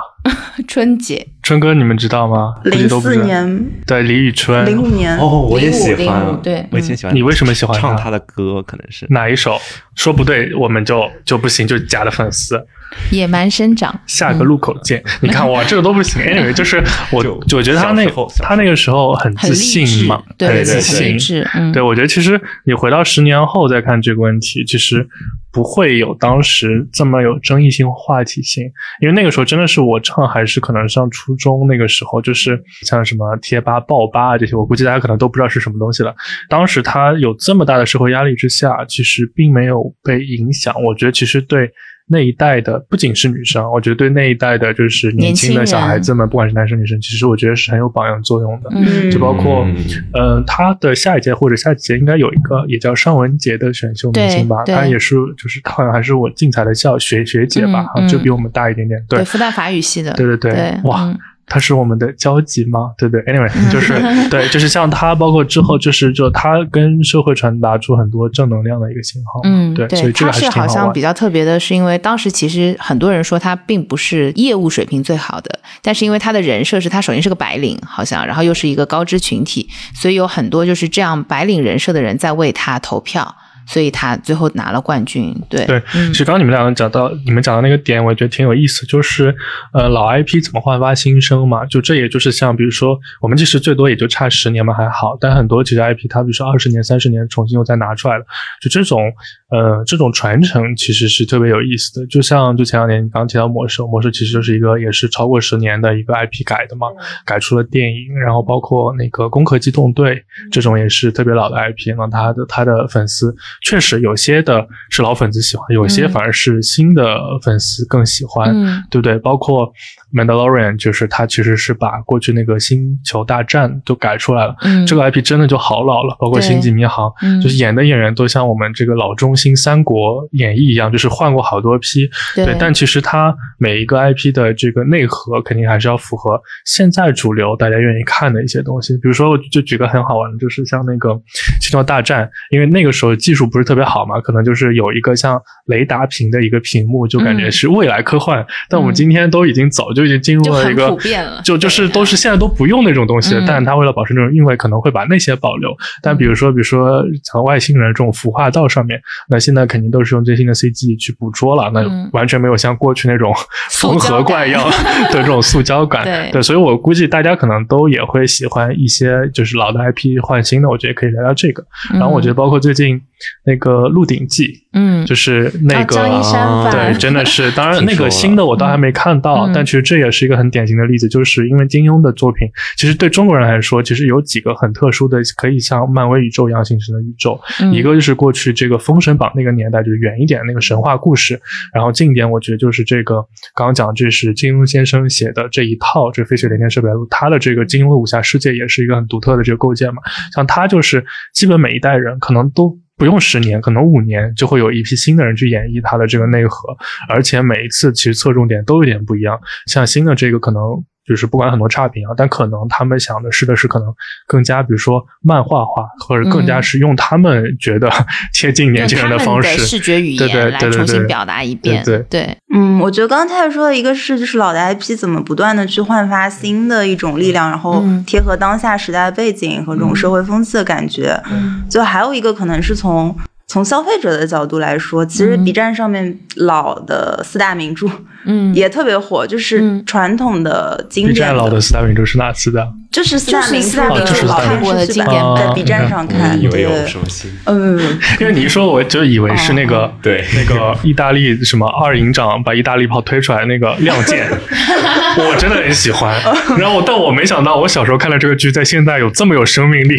B: 春姐，
C: 春哥你们知道吗？估计
D: 零
C: 都不
D: 四
C: 知道，
D: 年、
C: 对李宇春，
D: 零五年，
E: 哦，我也
B: 05
E: 喜欢
B: 05，对
E: 我以前喜欢。
C: 你为什么喜欢
E: 唱
C: 他
E: 他的歌？可能是
C: 哪一首？说不对，我们就就不行，就假的粉丝。
B: 野蛮生长。
C: 下个路口见。你看我这个都不行。Anyway，就是我，
E: 嗯 就
C: 我觉得他那
E: 小时候
C: 他那个时候很自信嘛，
B: 很励志对
C: 很
E: 对对
C: 自
E: 对
C: 信
B: 励。志，嗯，
C: 对，我觉得其实你回到十年后再看这个问题，其实不会有当时这么有争议性、话题性，因为那个时候真的是我唱还是可能上初中那个时候，就是像什么贴吧、爆吧啊这些，我估计大家可能都不知道是什么东西了。当时他有这么大的社会压力之下，其实并没有被影响。我觉得其实对。那一代的不仅是女生，我觉得对那一代的就是年
B: 年
C: 轻的
B: 轻
C: 小孩
B: 人
C: 子们，不管是男生女生，其实我觉得是很有榜样作用的。
B: 嗯
D: 嗯
C: 就包括
E: 嗯，
C: 呃，他的下一届或者下几届应该有一个也叫尚雯婕的选秀明星吧，
B: 对对
C: 她也是就是她好像还是我竞彩的校学学姐吧，
B: 嗯嗯
C: 就比我们大一点点。对
B: 对，复旦法语系的，
C: 对对对
B: 对，
C: 哇
B: 嗯
C: 她是我们的交集吗？对对，anyway，就是 对，就是像她，包括之后就是就她跟社会传达出很多正能量的一个信号。
B: 嗯，
C: 对，所
B: 对，
C: 以这
B: 他
C: 个还
B: 是
C: 挺
B: 好
C: 玩
B: 像比较特别的，是因为当时其实很多人说他并不是业务水平最好的，但是因为他的人设是他首先是个白领，好像，然后又是一个高知群体，所以有很多就是这样白领人设的人在为他投票，所以他最后拿了冠军。对，
C: 对
B: 嗯
C: 其实刚刚你们两个讲到你们讲到那个点，我觉得挺有意思，就是呃老 IP 怎么焕发新生嘛，就这也就是像比如说我们其实最多也就差十年嘛还好，但很多其实 IP 它比如说二十年、三十年重新又再拿出来了，就这种呃这种传承其实是特别有意思的。就像就前两年你刚刚提到魔兽，魔兽其实就是一个也是超过十年的一个 IP 改的嘛，改出了电影，然
B: 嗯
C: 后包括那个《攻壳机动队》这种也是特别老的 IP，那它的它的粉丝确实有些的是老粉丝喜欢，有些
B: 嗯
C: 反而是新的粉丝更喜欢。
B: 嗯
C: 对不对？包括《Mandalorian》，就是它其实是把过去那个《星球大战》都改出来了。
B: 嗯，
C: 这个 IP 真的就好老了，包括《
B: 对
C: 星际迷航》
B: 嗯
C: 就是演的演员都像我们这个老中新三国演义一样，就是换过好多批。
B: 对，
C: 但其实它每一个 IP 的这个内核肯定还是要符合现在主流大家愿意看的一些东西。比如说，我就举个很好玩的，就是像那个《星球大战》，因为那个时候技术不是特别好嘛，可能就是有一个像雷达屏的一个屏幕，就感觉
B: 嗯
C: 是未来科幻。但我们今天都已经早就已经进入
B: 就
C: 了
B: 很
C: 一个
B: 普遍了
C: 就就是都是现在都不用那种东西了
B: 嗯。
C: 但它为了保持这种韵味，可能会把那些保留。但比如说，比如说像外星人这种服化道上面。那现在肯定都是用最新的 CG 去捕捉了，那
B: 嗯
C: 完全没有像过去那种
B: 塑
C: 缝合
B: 胶感
C: 怪样的这种塑胶感。
B: 对
C: 所以我估计大家可能都也会喜欢一些就是老的 IP 换新的，我觉得可以聊聊这个。然后我觉得包括最近那个《鹿鼎记》，
B: 嗯，
C: 就是那个、啊
G: 哦张一山吧
C: 对，真的是，当然
E: 听
C: 那
E: 说
C: 个
E: 了
C: 新的我倒还没看到，
B: 嗯
C: 但其实这也是一个很典型的例子，就是因为金庸的作品，其实对中国人来说，其实有几个很特殊的，可以像漫威宇宙一样形成的宇宙，
B: 嗯
C: 一个就是过去这个《封神榜》那个年代，就是远一点那个神话故事，然后近一点，我觉得就是这个刚刚讲，这是金庸先生写的这一套这《飞雪连天射白鹿》，他的这个金庸的武侠世界也是一个很独特的这个构建嘛。像他就是基本每一代人可能都不用十年，可能五年就会有一批新的人去演绎他的这个内核，而且每一次其实侧重点都有点不一样。像新的这个可能就是不管很多差评啊，但可能他们想的是的是可能更加比如说漫画化，或者更加
B: 嗯
C: 是用他们觉得 贴近年
B: 用
C: 轻人
B: 他们
C: 方
B: 的
C: 式，
B: 视觉语
C: 对对
B: 言来
C: 对对
B: 重新
C: 对
B: 表达一遍，
C: 对对
D: 嗯，我觉得刚才说的一个是，就是老的 IP 怎么不断的去焕发新的一种力量，然后
B: 嗯
D: 贴合当下时代背景和这种社会风气的感觉。
B: 嗯
D: 就还有一个可能是从从消费者的角度来说，其实
B: 嗯
D: B 站上面老的四大名著
B: 嗯，
D: 也特别火，就是
B: 嗯
D: 传统的经
C: B 站
D: 典
C: 老的四大名著是哪四大？
D: 就是四
B: 就
D: 大
B: 是
D: 名
B: 四
D: 著
B: 大
C: 名著
D: 的老
C: 看
D: 电
B: 过的
D: 视剧
B: 经
D: 版
C: 典
D: 在
C: 版
D: B 站上
E: 我
D: 看，
E: 以为
D: 对，
E: 哦有什么新，
D: 嗯，没有没有
C: 因为你一说，我就以为是那个、
B: 哦
E: 对
C: 那个意大利什么二营长把意大利炮推出来那个《亮剑》， 我真的很喜欢。然后我，但我没想到，我小时候看了这个剧，在现在有这么有生命力，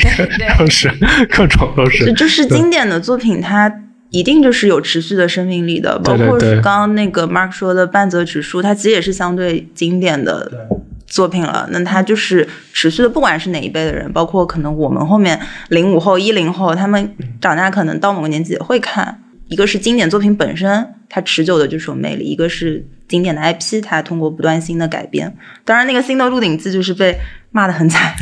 C: 就是各种都。
D: 就是就是经典的作品，它一定就是有持续的生命力的。包
C: 对对
D: 括
C: 对
D: 刚刚那个 Mark 说的《半泽直树》，它其实也是相对经典的作品了。那它就是持续的，不管是哪一辈的人，包括可能我们后面零五后、一零后，他们长大可能到某个年纪也会看。一个是经典作品本身，它持久的就是有魅力；一个是经典的 IP，它通过不断新的改编。当然，那个新的《鹿鼎记》就是被骂得很惨，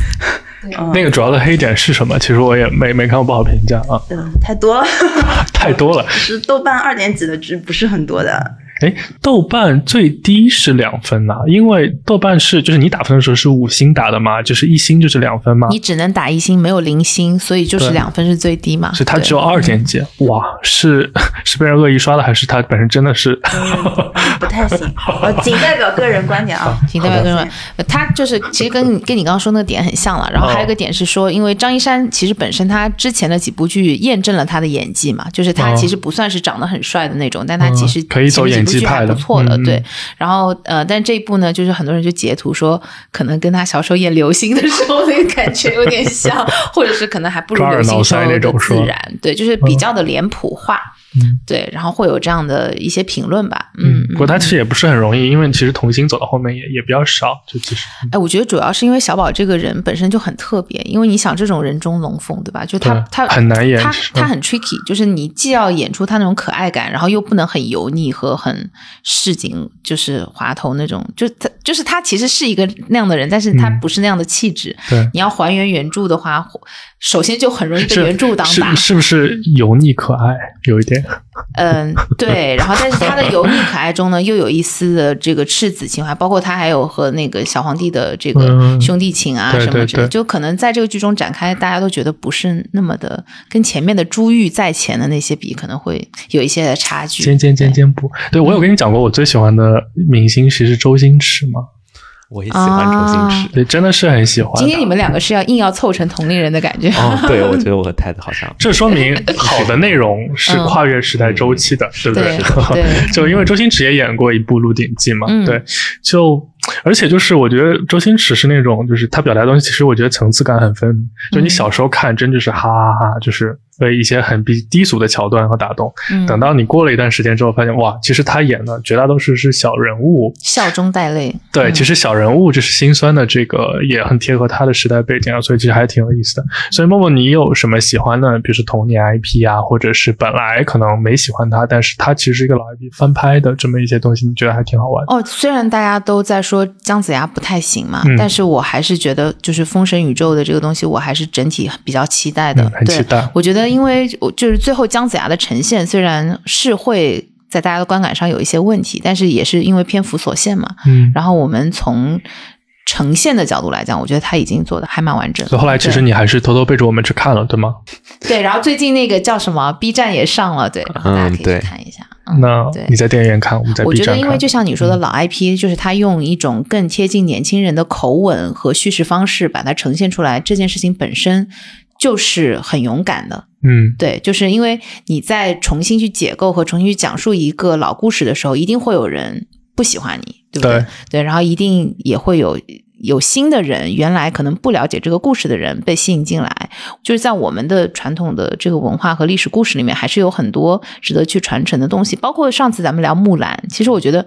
C: 那个主要的黑点是什么？其实我也没没看过，不好评价啊，
D: 嗯，太多 了，
C: 太多了。
D: 是豆瓣二点几的值不是很多的。
C: 哎，豆瓣最低是两分呐、因为豆瓣是就是你打分的时候是五星打的嘛，就是一星就是两分嘛，
B: 你只能打一星，没有零星，所以就是
C: 对
B: 两分是最低嘛。
C: 所以它
B: 对
C: 只有二点几，哇，是 是被人恶意刷的，还是它本身真的是？
D: 嗯不太 行，呃，仅代表个人观点啊。
B: 请代表跟人，呃他就是其实跟你跟你刚刚说那个点很像了。然后还有一
C: 哦
B: 个点是说，因为张一山其实本身他之前的几部剧验证了他的演技嘛，就是他
C: 嗯
B: 其实不算是长得很帅的那种，但他其实
C: 嗯可以走演技派的
B: 前面几部剧还不错的，
C: 嗯
B: 对。然后呃，但这一部呢，就是很多人就截图说，可能跟他小时候演流星的时候那个感觉有点像， 或者是可能还不如
C: 抓耳
B: 流星
C: 挠
B: 时
C: 腮
B: 候
C: 那
B: 的
C: 种
B: 自
C: 嗯说
B: 然，对，就是比较的脸谱化
C: 嗯，
B: 对。然后会有这样的一些评论吧，嗯
C: 嗯，。不过它其实也不是很容易，因为其实童星走到后面也也比较少，就其实
B: 哎，我觉得主要是因为小宝这个人本身就很特别，因为你想这种人中龙凤，对吧？就他
C: 对
B: 他
C: 很难演
B: 他
C: 是
B: 他很 tricky，就是你既要演出他那种可爱感，然后又不能很油腻和很市井，就是滑头那种，就他就是他其实是一个那样的人，但是他
C: 嗯
B: 不是那样的气质。
C: 对。
B: 你要还原原著的话，首先就很容易被
C: 是
B: 原著党
C: 是
B: 打，
C: 是不是油腻可爱有一点？
B: 嗯，对，然后但是他的油腻可爱中呢，又有一丝的这个赤子情怀，包括他还有和那个小皇帝的这个
C: 嗯
B: 兄弟情啊
C: 对
B: 什么
C: 对
B: 之类的，
C: 对
B: 就可能在这个剧中展开，大家都觉得不是那么的跟前面的珠玉在前的那些比，可能会有一些的差距。
C: 尖尖尖
B: 对
C: 尖不？对我有跟你讲过，我最喜欢的明星其实是周星驰嘛，
E: 我也喜欢周星驰。
C: 对，真的是很喜欢的。
B: 今天你们两个是要硬要凑成同龄人的感觉，
E: 哦，对，我觉得我和 Ted 好像
C: 这说 明好的内容是
B: 嗯
C: 跨越时代周期的，对不
B: 对 对
C: 就因为周星驰也演过一部《鹿鼎记》嘛，
B: 嗯
C: 对，就而且就是我觉得周星驰是那种，就是他表达的东西，其实我觉得层次感很分明。就你小时候看，真就是哈哈哈，就是被一些很低低俗的桥段和打动。
B: 嗯
C: 等到你过了一段时间之后，发现哇，其实他演的绝大多数是小人物，
B: 笑中带泪。
C: 对，
B: 嗯
C: 其实小人物就是心酸的，这个也很贴合他的时代背景啊，所以其实还挺有意思的。所以默默，你有什么喜欢的，比如说童年 IP 啊，或者是本来可能没喜欢他，但是他其实是一个老 IP 翻拍的这么一些东西，你觉得还挺好玩的？
B: 哦，虽然大家都在说姜子牙不太行嘛，
C: 嗯
B: 但是我还是觉得就是《封神宇宙》的这个东西，我还是整体比较期待的。
C: 嗯很
B: 对
C: 期待
B: 我觉得，因为我就是最后姜子牙的呈现，虽然是会在大家的观感上有一些问题，但是也是因为篇幅所限嘛。
C: 嗯，
B: 然后我们从呈现的角度来讲，我觉得他已经做的还蛮完整的。
C: 所以后来其实你还是偷偷背着我们去看了，对吗？
B: 对对，然后最近那个叫什么 B 站也上了，对，
E: 嗯
B: 大家可以
E: 对
B: 去看一下。
C: 那
B: 嗯对
C: 你在电影院看，我们在
B: 我
C: B
B: 觉得，
C: 站
B: 因为
C: 看
B: 就。像你说的老 IP，、就是他用一种更贴近年轻人的口吻和叙事方式把它呈现出来，这件事情本身就是很勇敢的。
C: 嗯，
B: 对，就是因为你在重新去解构和重新去讲述一个老故事的时候，一定会有人不喜欢你，对不对？
C: 对
B: 然后一定也会有有新的人，原来可能不了解这个故事的人被吸引进来。就是在我们的传统的这个文化和历史故事里面，还是有很多值得去传承的东西。包括上次咱们聊木兰，其实我觉得。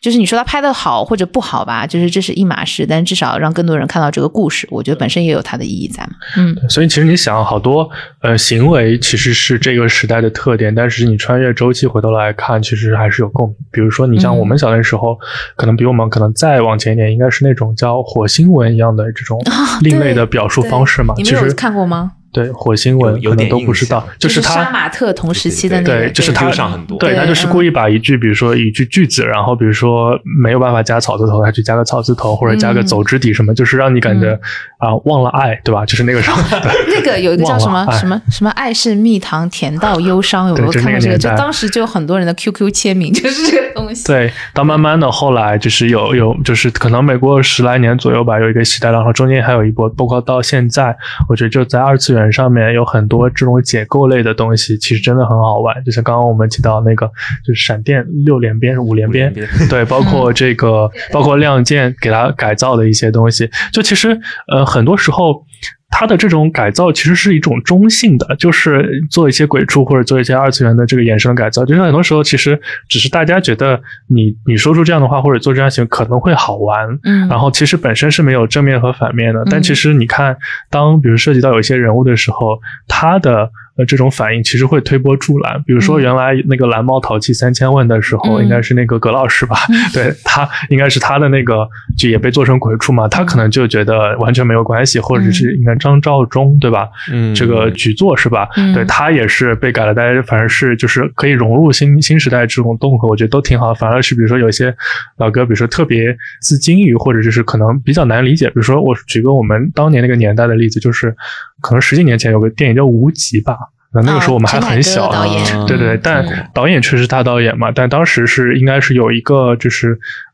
B: 就是你说他拍的好或者不好吧，就是这是一码事，但至少让更多人看到这个故事，我觉得本身也有它的意义在嘛。嗯，
C: 所以其实你想，好多呃行为其实是这个时代的特点，但是你穿越周期回头来看，其实还是有共鸣。比如说，你像
B: 嗯
C: 我们小的时候，可能比我们可能再往前一点，应该是那种叫火星文一样的这种另类的表述方式
B: 啊
C: 嘛。
B: 对
C: 其
B: 你们有
C: 实
B: 看过吗？
C: 对，火星文
E: 有
C: 可能
E: 点
C: 都不知
E: 印象
C: 道，就是
B: 杀
C: 他。
B: 马特同时期的那个，
C: 对，就是他
E: Q 上很多
C: 对
B: 对
C: 他就是
B: 嗯
C: 故意把一句，比如说一句句子，然后比如说没有办法加草字头，他去加个草字头，或者加个
B: 嗯
C: 走之底什么，就是让你感觉
B: 嗯
C: 啊忘了爱，对吧？就是那 个时候，
B: 那个有一个叫什么
C: 忘了哎
B: 什么什么“爱是蜜糖，甜到忧伤”，有没有
C: 对就
B: 看过
C: 那个
B: 这个？
C: 年
B: 就
C: 代
B: 当时就有很多人的 QQ 签名就是这个东西。
C: 对，到慢慢的后来就是有有就是可能每过十来年左右吧，有一个时代，然后中间还有一波，包括到现在，我觉得就在二次元上面有很多这种解构类的东西，其实真的很好玩。就像刚刚我们提到那个，就是闪电六连鞭、五连鞭，对，包括这个，包括亮剑给它改造的一些东西，就其实呃，很多时候它的这种改造其实是一种中性的，就是做一些鬼畜或者做一些二次元的这个衍生改造。就是很多时候其实只是大家觉得你你说出这样的话或者做这样的行为可能会好玩，
B: 嗯，
C: 然后其实本身是没有正面和反面的，但其实你看，当比如涉及到有一些人物的时候，他的呃这种反应其实会推波助澜。比如说
B: 嗯
C: 原来那个蓝猫淘气三千问的时候，
B: 嗯
C: 应该是那个葛老师吧？ 对他应该是他的那个就也被做成鬼畜嘛，
B: 嗯
C: 他可能就觉得完全没有关系，或者是应该张召忠对吧？
E: 嗯
C: 这个举座是吧？
B: 嗯
C: 对他也是被改了，大家反而是就是可以融入新新时代这种动和，我觉得都挺好。反而是比如说有一些老哥，比如说特别自金于，或者就是可能比较难理解。比如说我举个我们当年那个年代的例子，就是可能十几年前有个电影叫《无极》吧。那那个时候我们还很小，啊
B: 哦陈凯歌的导演
C: 对对对，但导演确实大导演嘛，但当时是应该是有一个就是，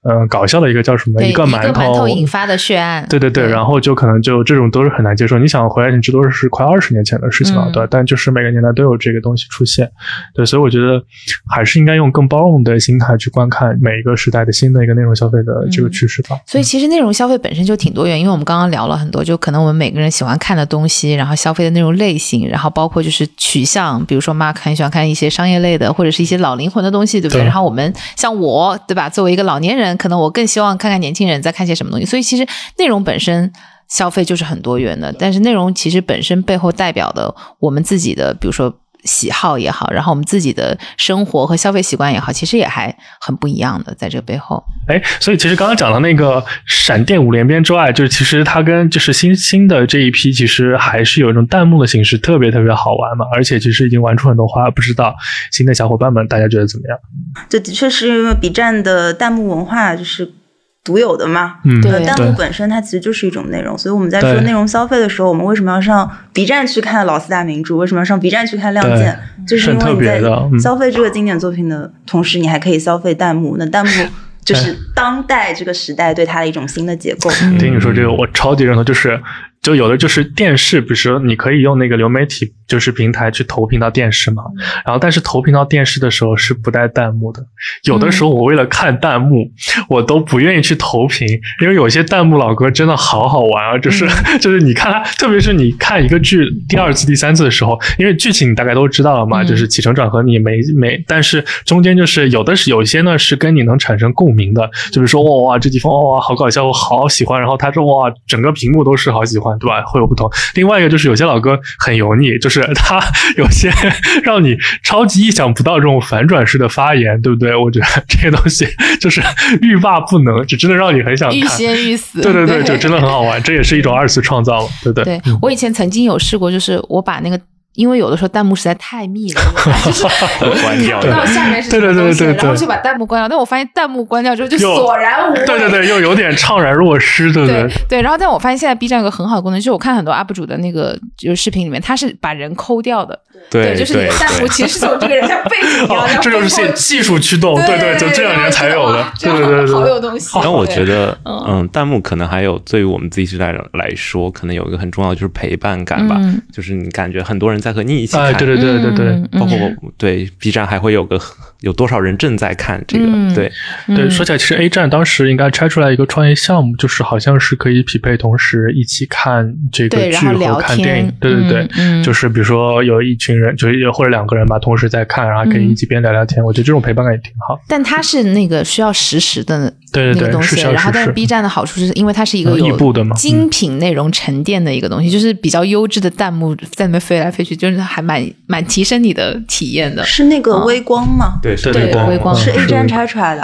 C: 呃，搞笑的一个叫什么
B: 对
C: 个
B: 馒
C: 馒头
B: 引发的血案，
C: 对对对，然后就可能就这种都是很难接受。你想回来，你这都是快二十年前的事情了，
B: 嗯
C: 对吧。但就是每个年代都有这个东西出现，对，所以我觉得还是应该用更包容的心态去观看每一个时代的新的一个内容消费的这个趋势吧。
B: 嗯所以其实内容消费本身就挺多元，因为我们刚刚聊了很多，就可能我们每个人喜欢看的东西，然后消费的内容类型，然后包括就是取向，比如说 Mark 很喜欢看一些商业类的，或者是一些老灵魂的东西，对不对？
C: 对
B: 然后我们像我，对吧？作为一个老年人，可能我更希望看看年轻人在看些什么东西。所以其实内容本身。消费就是很多元的，但是内容其实本身背后代表的我们自己的，比如说喜好也好，然后我们自己的生活和消费习惯也好，其实也还很不一样的，在这个背后。
C: 哎，所以其实刚刚讲到那个闪电五连鞭之外，就是其实它跟就是新新的这一批，其实还是有一种弹幕的形式，特别特别好玩嘛。而且其实已经玩出很多花，不知道新的小伙伴们大家觉得怎么样？
D: 这的确是因为 B 站的弹幕文化就是独有的嘛，
C: 嗯，
B: 对
D: 呃，弹
C: 对
D: 幕本身它其实就是一种内容，所以我们在
C: 对
D: 说内容消费的时候，我们为什么要上 B 站去看《老四大名著》？为什么要上 B 站去看《亮剑》？就是
C: 很
D: 因为
C: 特
D: 你
C: 别
D: 在
C: 的嗯
D: 消费这个经典作品的同时，你还可以消费弹幕。那 弹幕就是当代这个时代对它的一种新的解 构。
C: 嗯听你说这个，我超级认同，就是就有的就是电视，比如说你可以用那个流媒体就是平台去投屏到电视嘛。然后，但是投屏到电视的时候是不带弹幕的。有的时候我为了看弹幕，我都不愿意去投屏，因为有些弹幕老哥真的好好玩啊！就是 就是你看他，特别是你看一个剧第二次、第三次的时候，因为剧情你大概都知道了嘛，
B: 嗯
C: 就是起承转合你没没，但是中间就是有的是有些呢是跟你能产生共鸣的，就比如说哇哇这地方哇哇好搞笑，我好喜欢，然后他说哇整个屏幕都是好喜欢，对吧？会有不同。另外一个就是有些老哥很油腻， 就是他有些让你超级意想不到这种反转式的发言，对不对？我觉得这个东西就是欲罢不能，就真的让你很 想
B: 欲
C: 看。
B: 仙欲死。
C: 对 对对，就真的嗯很好玩，这也是一种二次创造嘛，对不对？
B: 对我以前曾经有试过，就是我把那个。因为有的时候弹幕实在太密了，我怕 就是我
E: 关掉
B: 看不到下面是什
C: 对
B: 么
C: 对对
B: 东西，
C: 对对
B: 然后就把弹幕关掉。但我发现弹幕关掉之后就
C: 又
B: 索然无味。
C: 对对对，又有点怅然若失，对不对
B: 对？对，然后但我发现现在 B 站有个很好的功能，就是我看很多 UP 主的那个就是视频里面，他是把人抠掉的，
E: 对
B: 就是你的弹幕
E: 对
B: 其实是从这个人家背景
C: 哦
B: 然后这样，
C: 这就是技
B: 背后
C: 技术驱动，对
B: 对对，
C: 就这两年才有的
B: 哇，这
C: 对
B: 样
C: 对对对
B: 好有
C: 对。
B: 东西。
E: 但我觉
B: 对
E: 得，
B: 嗯
E: 嗯，弹幕可能还有对于我们自己时代来说，可能有一个很重要的就是陪伴感吧，
B: 嗯
E: 就是你感觉很多人在和你一起看，
C: 哎，对对对对对
B: 嗯
E: 包括我对 B 站还会有个有多少人正在看这个，
B: 嗯
E: 对，
C: 对，说起来，其实 A 站当时应该拆出来一个创业项目，就是好像是可以匹配同时一起看这个
B: 对，
C: 剧
B: 然后
C: 和
B: 聊
C: 看
B: 天，
C: 电影，对对对，
B: 嗯，嗯
C: 就是比如说有一群人，就是有或者两个人吧，同时在看，然后
B: 嗯
C: 可以一起边聊聊天，我觉得这种陪伴感也挺好。
B: 但它是那个需要实时的
C: 对
B: 那
C: 对
B: 个
C: 对，
B: 东
C: 是
B: 西，
C: 是
B: 然后但
C: 是
B: 是
C: 是。
B: B 站的好处是因为它是一个
C: 嗯
B: 有
C: 异步的嘛
B: 精品内容沉淀的一个东西，就是比较优质的弹幕在那边飞来飞去，就是还蛮蛮提升你的体验的。
D: 是那个微光吗？
E: 对
C: 对对
B: 微光
D: 是 A 站
C: 拆
D: 拆出来的。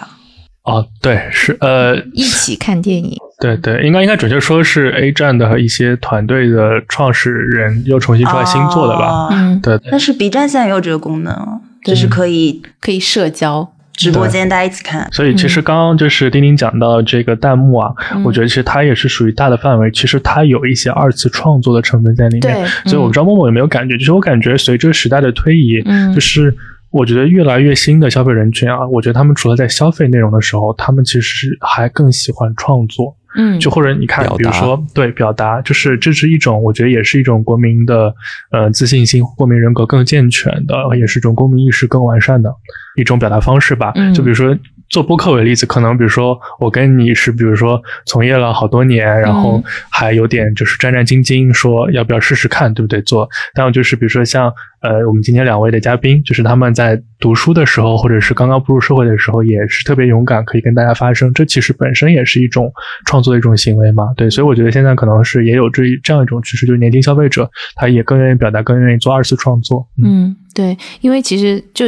C: 哦，对，是呃，
B: 一起看电影，
C: 对对，应该应该准确说是 A 站的一些团队的创始人又重新出来新做的吧？
D: 哦
B: 嗯，
C: 对，
D: 但是 B 站现在也有这个功能哦，就是可以
B: 可以社交，
D: 直播间大家一起看。
C: 所以其实刚刚就是丁丁讲到这个弹幕啊，
B: 嗯
C: 我觉得其实它也是属于大的范围，其实它有一些二次创作的成分在里面。
B: 对
C: 所以我不知道默默有没有感觉，就是我感觉随着时代的推移，
B: 嗯
C: 就是。我觉得越来越新的消费人群啊，我觉得他们除了在消费内容的时候，他们其实还更喜欢创作。
B: 嗯，
C: 就或者你看
E: 表，达
C: 比如说对表达，就是这是一种，我觉得也是一种国民的呃自信心、国民人格更健全的，呃也是一种公民意识更完善的一种表达方式吧。
B: 嗯
C: 就比如说。做播客为例子，可能比如说我跟你是，比如说从业了好多年，然后
B: 嗯
C: 还有点就是战战兢兢，说要不要试试看，对不对？做，还有就是比如说像呃，我们今天两位的嘉宾，就是他们在读书的时候，或者是刚刚步入社会的时候，也是特别勇敢，可以跟大家发声。这其实本身也是一种创作的一种行为嘛。对，所以我觉得现在可能是也有这这样一种趋势，就是年轻消费者他也更愿意表达，更愿意做二次创作。
B: 嗯，对，因为其实就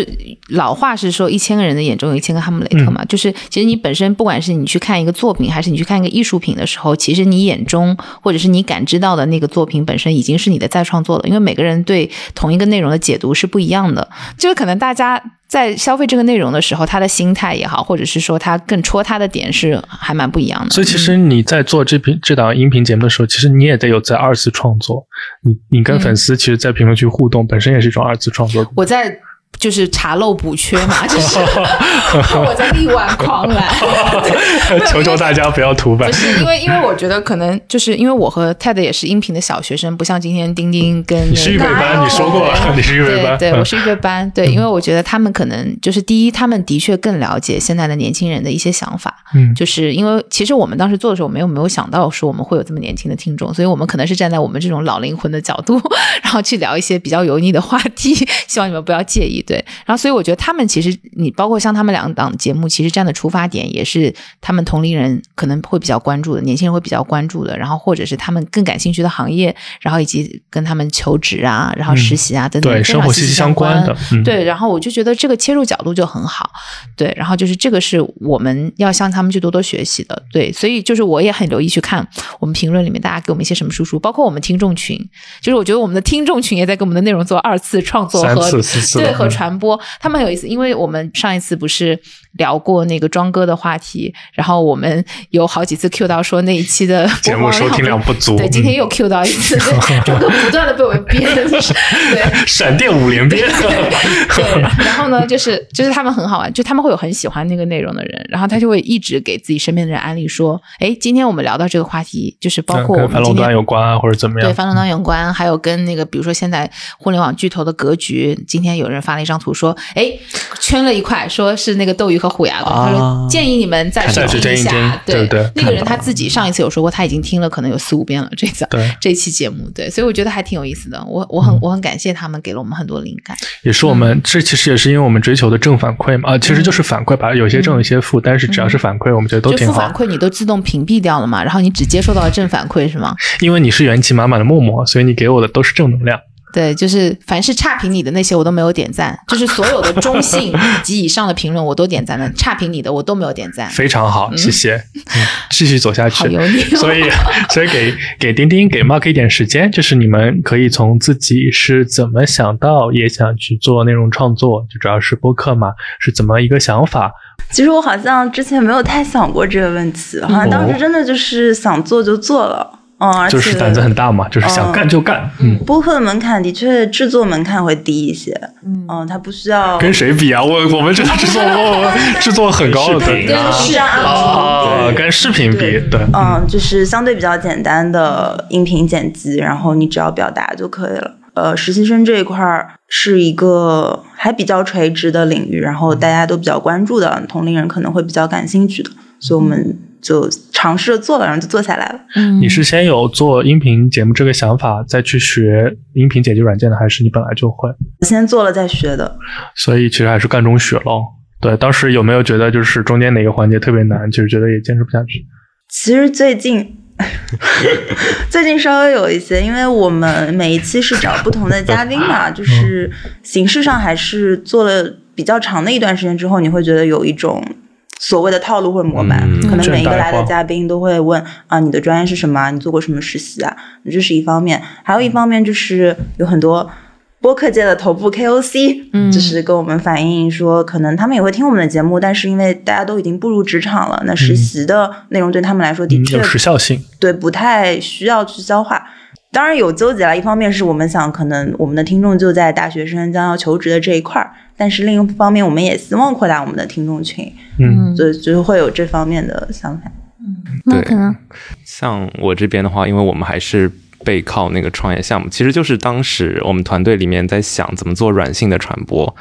B: 老话是说，一千个人的眼中有一千个哈姆雷特嘛，
C: 嗯
B: 就是其实你本身不管是你去看一个作品，还是你去看一个艺术品的时候，其实你眼中或者是你感知到的那个作品本身已经是你的再创作了，因为每个人对同一个内容的解读是不一样的，就是可能大家。在消费这个内容的时候，他的心态也好，或者是说他更戳他的点是还蛮不一样的。
C: 所以其实你在做这频这档音频节目的时候，其实你也得有在二次创作。你你跟
B: 嗯
C: 粉丝其实，在评论区互动本身也是一种二次创作。，
B: 我在就是查漏补缺嘛，就是我在 力挽狂澜
C: 求求大家不要涂版
B: 不。是因 为，因为我觉得可能就是因为我和 Ted 也是音频的小学生，不像今天丁丁跟
C: 你是预备
B: 那个
C: 班，你说过你 是预备班。
B: 对，对，
C: 嗯
B: 我是预备班。对，因为我觉得他们可能就是第一，他们的确更了解现在的年轻人的一些想法。
C: 嗯
B: 就是因为其实我们当时做的时候，没有没有想到说我们会有这么年轻的听众，所以我们可能是站在我们这种老灵魂的角度， 然后去聊一些比较油腻的话题， 希望你们不要介意。对，然后所以我觉得他们其实你包括像他们两档节目，其实站的出发点也是他们同龄人可能会比较关注的，年轻人会比较关注的，然后或者是他们更感兴趣的行业，然后以及跟他们求职啊，然后
C: 嗯
B: 实习啊、等等，
C: 对
B: 非
C: 生
B: 常
C: 活
B: 息
C: 息息
B: 息
C: 相关的嗯
B: 对，然后我就觉得这个切入角度就很好，对，然后就是这个是我们要向他们去多多学习的，对，所以就是我也很留意去看我们评论里面大家给我们一些什么输出，包括我们听众群，就是我觉得我们的听众群也在给我们的内容做二次创作
C: 三
B: 和
C: 次四次了
B: 对和
C: 嗯
B: 传播，他们很有意思，因为我们上一次不是聊过那个庄哥的话题，然后我们有好几次 Q 到说那一期的
C: 节目
B: 播放
C: 收听量不嗯足
B: 对，今天又 Q 到一次，对 庄哥不断的被我们编，对，
C: 闪电五连鞭，
B: 对，然后呢，就是就是他们很好玩，就他们会有很喜欢那个内容的人，然后他就会一直给自己身边的人安利说，哎，今天我们聊到这个话题，就是包括我
C: 跟
B: 们
C: 反垄
B: 今
C: 断
B: 天
C: 有关啊，或者怎么样
B: 对，？反垄断有关，还有跟那个比如说现在互联网巨头的格局，今天有人发了一张图说，哎，圈了一块，说是那个斗鱼和虎牙的，他说
E: 啊
B: 建议你们再
C: 再
B: 去
C: 去
B: 听一
C: 听一
B: 下
C: 听，对对
B: 那个人
C: 看到
B: 他
C: 了
B: 自己上一次有说过，他已经听了可能有四五遍了，这次。
C: 对，
B: 这期节目对，所以我觉得还挺有意思的，我我很
C: 嗯
B: 我很感谢他们给了我们很多灵感。
C: 也是我
B: 嗯
C: 们这其实也是因为我们追求的正反馈嘛，啊，其实就是反馈吧，有些正有些负，但是只要是反馈，我们觉得都
B: 嗯就
C: 挺
B: 负反
C: 好。
B: 馈你都自动屏蔽掉了嘛，然后你只接收到了正反馈是吗？
C: 因为你是元气满满的默默，所以你给我的都是正能量。
B: 对，就是凡是差评你的那些我都没有点赞，就是所有的中 性及以上的评论我都点赞了，差评你的我都没有点赞。
C: 非常好，谢谢，嗯继续走下去
B: 嗯好。油腻哦
C: 所以，所以给给丁丁给 Mark 一点时间，就是你们可以从自己是怎么想到也想去做内容创作，就主要是播客嘛，是怎么一个想法？
D: 其实我好像之前没有太想过这个问题，好像当时真的就是想做就做了，嗯，而且
C: 哦就是胆子很大嘛，就是想
D: 嗯
C: 干就干，嗯。
D: 播客的门槛的确制作门槛会低一些，
G: 嗯
D: 嗯，它不需要
C: 跟谁比啊？我我们这个制作，我们制作很高的
E: 视频啊
D: 是啊
C: 啊，跟视频比，
D: 对
C: 对，
D: 嗯，就是相对比较简单的音频剪辑，然后你只要表达就可以了。呃，实习生这一块儿是一个还比较垂直的领域，然后大家都比较关注的，同龄人可能会比较感兴趣的，所以我们就尝试着做了，然后就做下来了。
C: 嗯你是先有做音频节目这个想法，再去学音频剪辑软件的，还是你本来就会？
D: 先做了再学的，
C: 所以其实还是干中学咯。对，当时有没有觉得就是中间哪个环节特别难，就是觉得也坚持不下去？
D: 其实最近最近稍微有一些，因为我们每一期是找不同的嘉宾嘛，就是形式上还是做了比较长的一段时间之后，你会觉得有一种。所谓的套路或者模板，
E: 嗯
D: 可能每一个
C: 倦怠
D: 来的
C: 化
D: 嘉宾都会问啊，你的专业是什么啊？你做过什么实习啊？这是一方面，还有一方面就是有很多播客界的头部 KOC，
B: 嗯
D: 就是跟我们反映说，可能他们也会听我们的节目，但是因为大家都已经步入职场了，那实习的内容对他们来说的
C: 嗯
D: 确
C: 有时效性，
D: 对，不太需要去消化。当然有纠结了，一方面是我们想，可能我们的听众就在大学生将要求职的这一块儿，但是另一方面，我们也希望扩大我们的听众群，
C: 嗯，
D: 所以就会有这方面的想法。
G: 那
E: 对
G: 可能
E: 像我这边的话，因为我们还是背靠那个创业项目，其实就是当时我们团队里面在想怎么做软性的传播，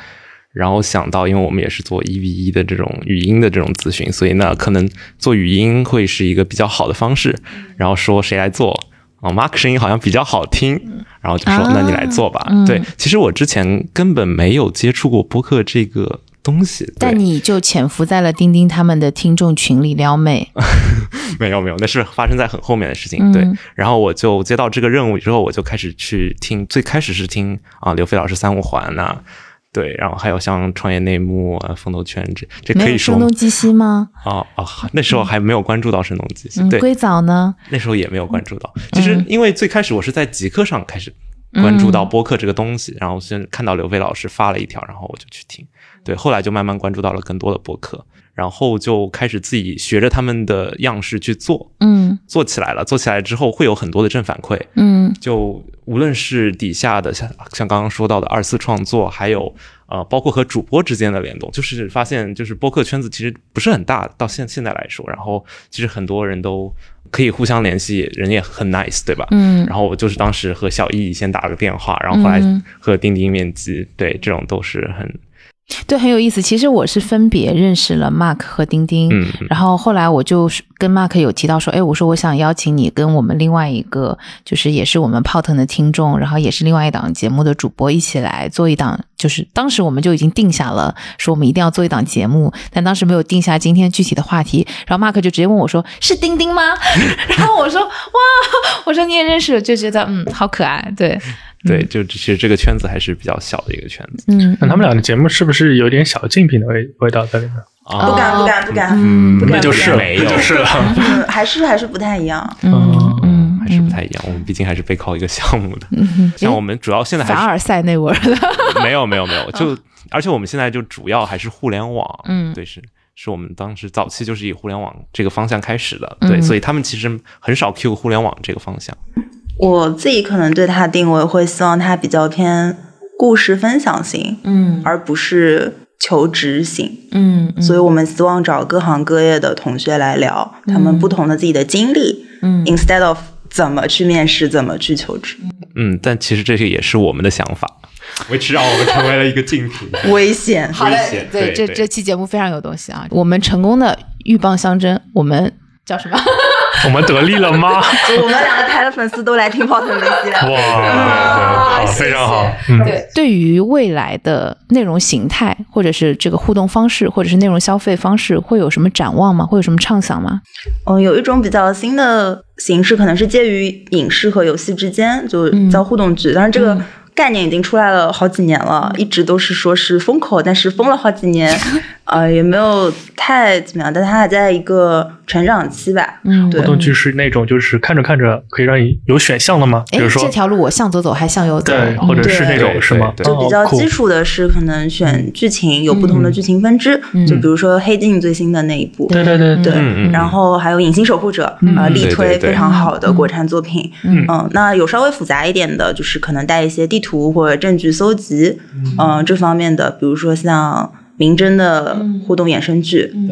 E: 然后想到，因为我们也是做一 v 一的这种语音的这种咨询，所以呢，可能做语音会是一个比较好的方式。
B: 嗯
E: 然后说谁来做啊、m a r k 声音好像比较好听，然后就说、
B: 啊
E: 那你来做吧。
B: 嗯
E: 对，其实我之前根本没有接触过播客这个东西，对
B: 但你就潜伏在了钉钉他们的听众群里撩妹，
E: 没有没有，那是发生在很后面的事情。
B: 嗯
E: 对，然后我就接到这个任务之后，我就开始去听，最开始是听啊刘飞老师三五环呐、对，然后还有像创业内幕啊、风投圈这这
B: 没
E: 可以
B: 有声
E: 说吗
B: 东击西吗？
E: 啊啊，那时候还没有关注到声东击西，
B: 嗯，
E: 对，
B: 硅藻呢？
E: 那时候也没有关注到。其实因为最开始我是在极客上开始关注到播客这个东西，然后先看到刘飞老师发了一条，然后我就去听。对，后来就慢慢关注到了更多的播客，然后就开始自己学着他们的样式去做。
B: 嗯
E: 做起来了，做起来之后会有很多的正反馈，
B: 嗯
E: 就无论是底下的像像刚刚说到的二次创作，还有呃，包括和主播之间的联动，就是发现就是播客圈子其实不是很大，到现现在来说，然后其实很多人都可以互相联系，人也很 nice，对吧？
B: 嗯
E: 然后我就是当时和小易先打个电话，然后后来
B: 嗯
E: 和钉钉面基，对，这种都是很
B: 对，很有意思。其实我是分别认识了 Mark 和钉钉，
E: 嗯
B: 然后后来我就是跟 Mark 有提到说，哎，我说我想邀请你跟我们另外一个，就是也是我们 p o t 的听众，然后也是另外一档节目的主播一起来做一档，就是当时我们就已经定下了，说我们一定要做一档节目，但当时没有定下今天具体的话题。然后 Mark 就直接问我说：“是钉钉吗？” 然后我说：“哇，我说你也认识，就觉得嗯，好可爱。”对，
E: 对，就其实这个圈子还是比较小的一个圈子
B: 嗯，
C: 那他们俩的节目是不是有点小竞品的味味道在里面？
E: 啊
D: 不
B: 哦
D: 敢，不敢，不敢，
B: 嗯
D: 不敢，
C: 那就是了，
E: 没有
C: 那就是了。
D: 嗯还是还是不太一样。
B: 嗯嗯，
E: 呃还是不
B: 嗯
E: 太一样，我们毕竟还是背靠一个项目的。
B: 嗯
E: 像我们主要现在
B: 凡
E: 还
B: 尔赛那味儿的。
E: 是没有没有没有，就而且我们现在就主要还是互联网，
B: 嗯
E: 对是。是我们当时早期就是以互联网这个方向开始的，
B: 嗯
E: 对，所以他们其实很少 Q 互联网这个方向。
D: 我自己可能对它的定位会希望它比较偏故事分享型，
B: 嗯
D: 而不是求职型。
B: 嗯嗯，
D: 所以我们希望找各行各业的同学来聊他们不同的自己的经历、
B: 嗯
D: i n s t e a d of 怎么去面试，怎么去求职，
E: 嗯，但其实这个也是我们的想法，which 让我们成为了一个竞 品。
D: 危险。
B: 好的
E: 危险，对
B: 这
E: 对
B: 这期节目非常有东西啊！我们成功的鹬蚌相争，我们叫 什么？
C: 我们得力了吗？
D: 我们两个台的粉丝都来听 Potter 梅西了。
C: 哇，
E: 啊
C: 好，
B: 谢谢
C: 非常好，嗯，
B: 对，对于未来的内容形态，或者是这个互动方式，或者是内容消费方式，会有什么展望吗？会有什么畅想吗？
D: 嗯，有一种比较新的形式，可能是介于影视和游戏之间，就
B: 嗯
D: 叫互动剧。但是这个
B: 嗯
D: 概念已经出来了好几年了，一直都是说是风口，但是封了好几 年，呃，也没有太怎么样，但它还在一个成长期吧。
B: 嗯，
D: 对
C: 互动剧是那种就是看着看着可以让你有选项的吗？比
B: 哎，
C: 如
B: 这
C: 说。
B: 条路我向左走还向右走，
C: 对，
B: 嗯
C: 或者是那种
E: 对
C: 是吗？
E: 对
D: 就比
C: 哦
D: 较
C: 酷
D: 基础的是，可能选剧情有不同的
C: 嗯
D: 剧情分支，
B: 嗯
D: 就比如说《黑镜》最新的那一部，
C: 对对对
B: 嗯
D: 对，
E: 嗯嗯
D: 然后还有《隐形守护者》
B: 嗯
D: 呃，
B: 嗯
D: 力
E: 对
D: 推
E: 对对
D: 非常好的
B: 嗯
D: 国产作品。
B: 嗯
D: 嗯，那有稍微复杂一点的，就是可能带一些地图或者证据搜集，嗯，这方面的，比如说像明侦的
B: 嗯
D: 互动衍生剧，
C: 嗯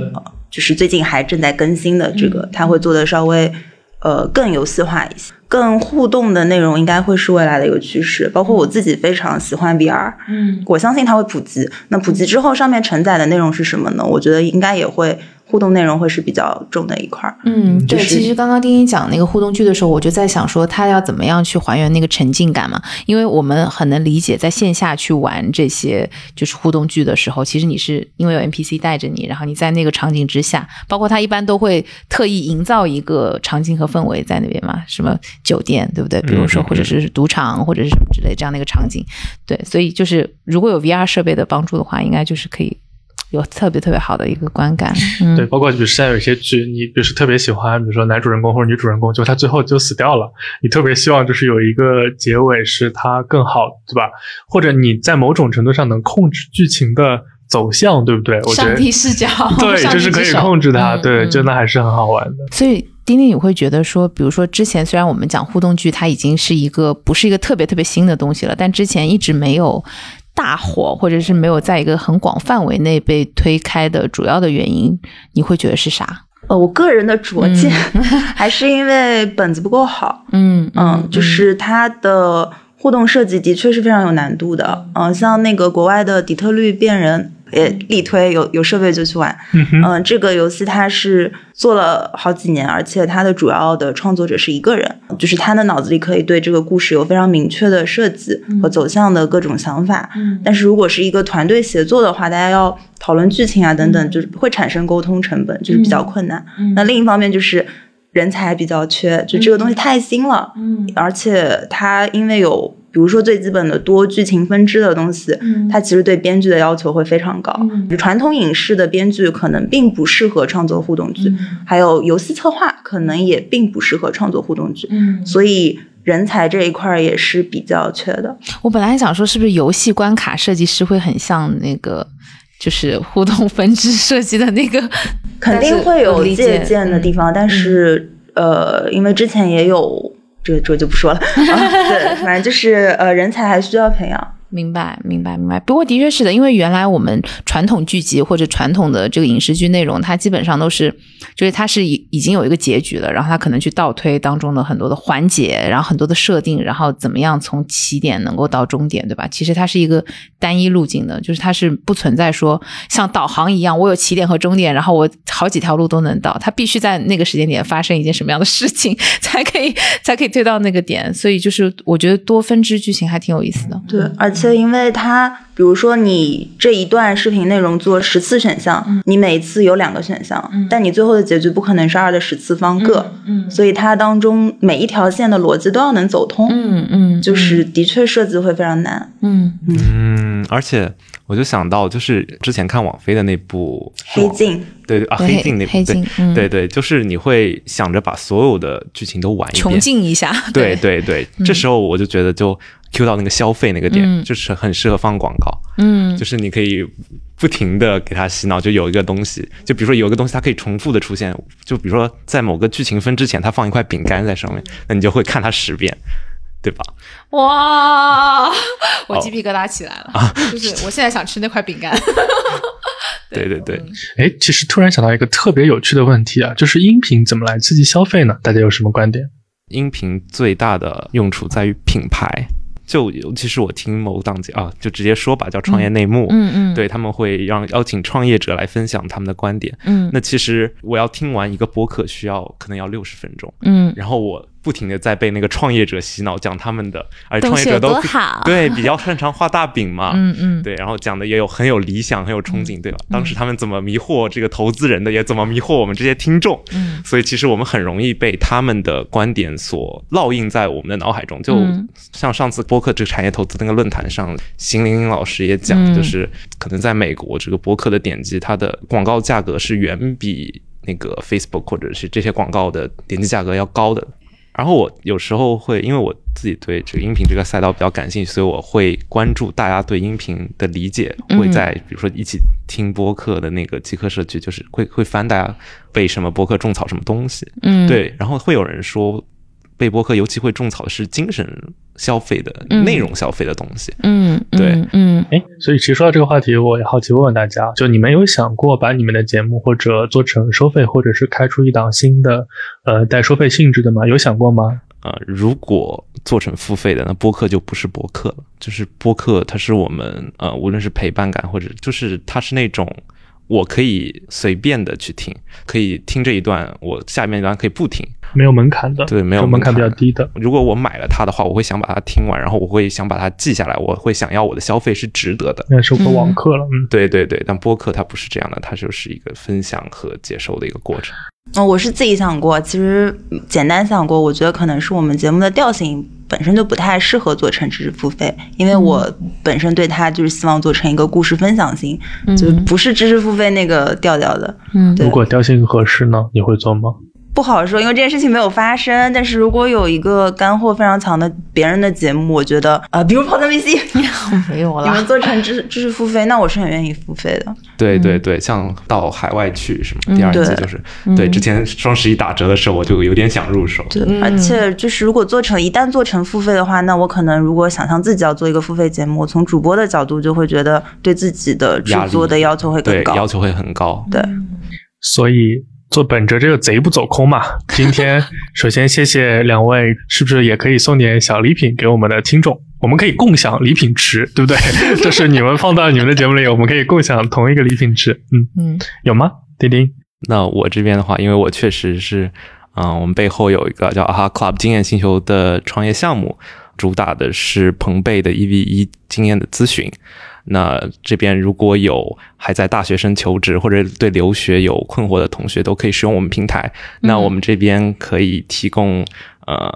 D: 就是最近还正在更新的这个，它会做的稍微呃更游戏化一些，更互动的内容应该会是未来的一个趋势。包括我自己非常喜欢 VR，
B: 嗯
D: 我相信它会普及。那普及之后，上面承载的内容是什么呢？我觉得应该也会互动内容会是比较重的一块儿。
B: 嗯，对，
D: 就是
B: 其实刚刚丁丁讲那个互动剧的时候，我就在想说，他要怎么样去还原那个沉浸感嘛？因为我们很能理解，在线下去玩这些就是互动剧的时候，其实你是因为有 NPC 带着你，然后你在那个场景之下，包括他一般都会特意营造一个场景和氛围在那边嘛，什么酒店，对不对？比如说，
E: 嗯嗯
B: 或者是赌场，或者是什么之类这样的一个场景，对，所以就是如果有 VR 设备的帮助的话，应该就是可以有特别特别好的一个观感，嗯，
C: 对，包括就是现在有一些剧，你比如说特别喜欢，比如说男主人公或者女主人公，就他最后就死掉了，你特别希望就是有一个结尾是他更好，对吧？或者你在某种程度上能控制剧情的走向，对不对？我觉
B: 上
C: 得
B: 帝视角，
C: 对，
B: 上
C: 就
B: 帝
C: 是可以
B: 之手
C: 控制它，
B: 嗯
C: 对，
B: 嗯
C: 真的还是很好玩的。
B: 所以丁丁，你会觉得说，比如说之前虽然我们讲互动剧，它已经是一个不是一个特别特别新的东西了，但之前一直没有大火，或者是没有在一个很广范围内被推开的主要的原因，你会觉得是啥？
D: 呃，我个人的拙见、嗯 还是因为本子不够好，
B: 嗯
D: 嗯，就是它的互动设计的确是非常有难度的，嗯、像那个国外的底特律变人也力推，有有设备就去玩，
C: 嗯哼，
D: 嗯，这个游戏它是做了好几年，而且它的主要的创作者是一个人，就是他的脑子里可以对这个故事有非常明确的设计和走向的各种想法。
B: 嗯
D: 但是如果是一个团队协作的话，大家要讨论剧情啊等
B: 嗯
D: 等，就是会产生沟通成本，就是比较困难。那另一方面就是人才比较缺，就这个东西太新了，
B: 嗯
D: 而且它因为有。比如说最基本的多剧情分支的东西，
B: 嗯
D: 它其实对编剧的要求会非常高。传统影视的编剧可能并不适合创作互动剧，还有游戏策划可能也并不适合创作互动剧，
B: 嗯
D: 所以人才这一块儿也是比较缺的。
B: 我本来还想说，是不是游戏关卡设计师会很像那个，就是互动分支设计的那个，
D: 肯定
B: 但
D: 会
B: 是我
D: 有
B: 理解
D: 借鉴的地方，但是呃，因为之前也有。这这就不 说了，啊、对，反正就是呃，人才还需要培养。
B: 明白，明白，明白。不过的确是的，因为原来我们传统剧集或者传统的这个影视剧内容，它基本上都是，就是它是已已经有一个结局了，然后它可能去倒推当中的很多的环节，然后很多的设定，然后怎么样从起点能够到终点，对吧？其实它是一个单一路径的，就是它是不存在说像导航一样，我有起点和终点，然后我好几条路都能到，它必须在那个时间点发生一件什么样的事情，才可以才可以推到那个点。所以就是我觉得多分支剧情还挺有意思的。
D: 对，而且因为它，比如说你这一段视频内容做十次选项，你每次有两个选项，但你最后的结局不可能是二的十次方个，
B: 嗯
D: 所以它当中每一条线的逻辑都要能走通，
B: 嗯嗯，
D: 就是的确设计会非常难。
B: 嗯
E: 嗯，而且我就想到，就是之前看网飞的那部《
D: 黑镜，
E: 对对啊，
B: 对
E: 黑镜那部
B: 黑镜嗯
E: 对对对，就是你会想着把所有的剧情都玩一遍，
B: 穷尽一下，
E: 对对对，这时候我就觉得就 Q 到那个消费那个点，
B: 嗯
E: 就是很适合放广告，
B: 嗯
E: 就是你可以不停的给他洗脑，就有一个东西，就比如说有一个东西它可以重复的出现，就比如说在某个剧情分之前，他放一块饼干在上面，那你就会看它十遍，对吧？
B: 哇，我
E: 哦
B: 鸡皮疙瘩起来了，就是我现在想吃那块饼干。
E: 对对对，
C: 哎，其实突然想到一个特别有趣的问题啊，就是音频怎么来刺激消费呢？大家有什么观点？
E: 音频最大的用处在于品牌，就尤其是我听某档节啊，就直接说吧，叫创业内幕，
B: 嗯嗯，
E: 对他们会让邀请创业者来分享他们的观点。
B: 嗯
E: 那其实我要听完一个播客需要可能要六十分钟，
B: 嗯
E: 然后我不停的在被那个创业者洗脑，讲他们的，而
G: 东
E: 创业
G: 西
E: 者
G: 有
E: 都
G: 多好
E: 对比较擅长画大饼嘛，
B: 嗯嗯，
E: 对，然后讲的也有很有理想，很有憧憬，对吧？当时他们怎么迷惑这个投资人的，也怎么迷惑我们这些听众。
B: 嗯，
E: 所以其实我们很容易被他们的观点所烙印在我们的脑海中。就
B: 嗯
E: 像上次播客这个产业投资那个论坛上，邢玲玲老师也讲，
B: 嗯
E: 就是可能在美国这个播客的点击，它的广告价格是远比那个 Facebook 或者是这些广告的点击价格要高的。然后我有时候会，因为我自己对这个音频这个赛道比较感兴趣，所以我会关注大家对音频的理解，
B: 嗯
E: 会在比如说一起听播客的那个极客社区，就是会会翻大家被什么播客种草什么东西，
B: 嗯，
E: 对，然后会有人说。被播客尤其会种草的是精神消费的、
B: 嗯
E: 内容消费的东西。
B: 嗯，嗯，
E: 对
B: 嗯，
C: 哎，所以其实说到这个话题，我也好奇问问大家，就你们有想过把你们的节目或者做成收费，或者是开出一档新的呃带收费性质的吗？有想过吗？
E: 呃，如果做成付费的，那播客就不是播客了，就是播客，它是我们呃，无论是陪伴感，或者就是它是那种我可以随便的去听，可以听这一段，我下面一段可以不听。
C: 没有门槛的，
E: 对没有
C: 就门
E: 门槛
C: 槛比较低的。
E: 如果我买了它的话，我会想把它听完，然后我会想把它记下来，我会想要我的消费是值得的。
C: 那是个网课了，嗯，
E: 对对对，但播客它不是这样的，它就是一个分享和接收的一个过程。
D: 哦，我是自己想过，其实嗯简单想过，我觉得可能是我们节目的调性本身就不太适合做成知识付费，因为我
B: 嗯
D: 本身对它就是希望做成一个故事分享型，就是不是知识付费那个调调的。
B: 嗯
D: 对
C: 如果调性合适呢，你会做吗？
D: 不好说，因为这件事情没有发生。但是如果有一个干货非常强的别人的节目，我觉得啊、呃比如跑团 VC，
B: 没有
D: 你们
B: 啦，
D: 做成知知识付费，那我是很愿意付费的。
E: 对对对，像到海外去什么，
B: 嗯
E: 第二季
D: 对
E: 就是、对之前双十一打折的时候，我就有点想入手。
D: 对，
B: 嗯
D: 而且就是如果做成一旦做成付费的话，那我可能如果想象自己要做一个付费节目，从主播的角度就会觉得对自己的制
E: 压力
D: 作的要求会更
E: 对，
D: 高
E: 要。求会很高。
D: 对，
C: 所以做本着这个贼不走空嘛，今天首先谢谢两位，是不是也可以送点小礼品给我们的听众？我们可以共享礼品池，对不 对？就是你们放到你们的节目里，我们可以共享同一个礼品池。嗯，
B: 嗯
C: 有吗？丁丁，
E: 那我这边的话，因为我确实是，嗯、我们背后有一个叫 AHA Club 经验星球的创业项目，主打的是彭贝的 EV 一经验的咨询。那这边如果有还在大学生求职或者对留学有困惑的同学，都可以使用我们平台。
G: 嗯
E: 那我们这边可以提供呃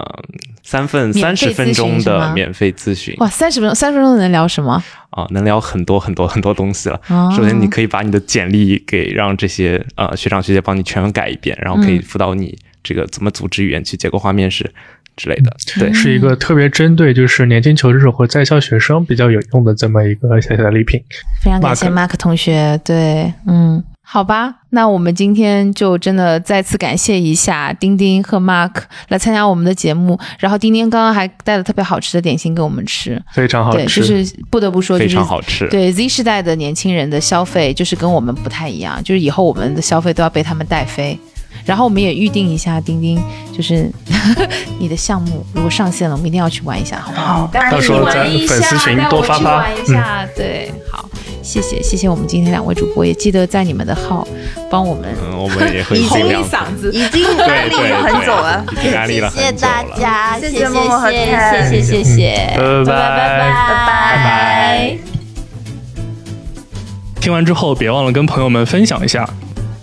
E: 三份
G: 免
E: 三
G: 费
E: 十分
G: 咨
E: 钟
G: 询是
E: 的
G: 吗
E: 免费咨询
G: 哇，三十分钟，三十分钟能聊什么？
E: 啊、能聊很多很多很多东西了。
G: 哦
E: 首先，你可以把你的简历给让这些呃学长学姐帮你全改一遍，然后可以辅导你这个怎么组织语言去结构化面试之类的。对，
C: 是一个特别针对就是年轻求职者或在校学生比较有用的这么一个小小的礼品。
G: 非常感谢 Mark 同学，对，嗯，
B: 好吧，那我们今天就真的再次感谢一下丁丁和 Mark 来参加我们的节目。然后丁丁刚刚还带了特别好吃的点心给我们吃，
C: 非常好
B: 对，
C: 吃，
B: 就是不得不说，
E: 非
B: 就是
E: 常好吃。
B: 对 Z 世代的年轻人的消费，就是跟我们不太一样，就是以后我们的消费都要被他们带飞。然后我们也预定一下钉钉，就是 你的项目如果上线了，我们一定要去玩一下，好不好？
D: 好，
C: 到时候在粉丝群多发发。
B: 带我去玩一
C: 嗯，
B: 下，对，好，谢谢谢谢我们今天两位主播，也记得在你们的号帮我们
E: 嗯，我们也会
D: 已经
E: 尽
B: 吼一
E: 量。
B: 嗓子。
D: 已经安
E: 对
D: 利
E: 对，
D: 了很久了。
E: 对，已经安利了很久了。
G: 家，
D: 谢谢默默和菜
G: 谢谢谢谢
C: 拜
D: 拜拜。
C: 听完之后，别忘了跟朋友们分享一下。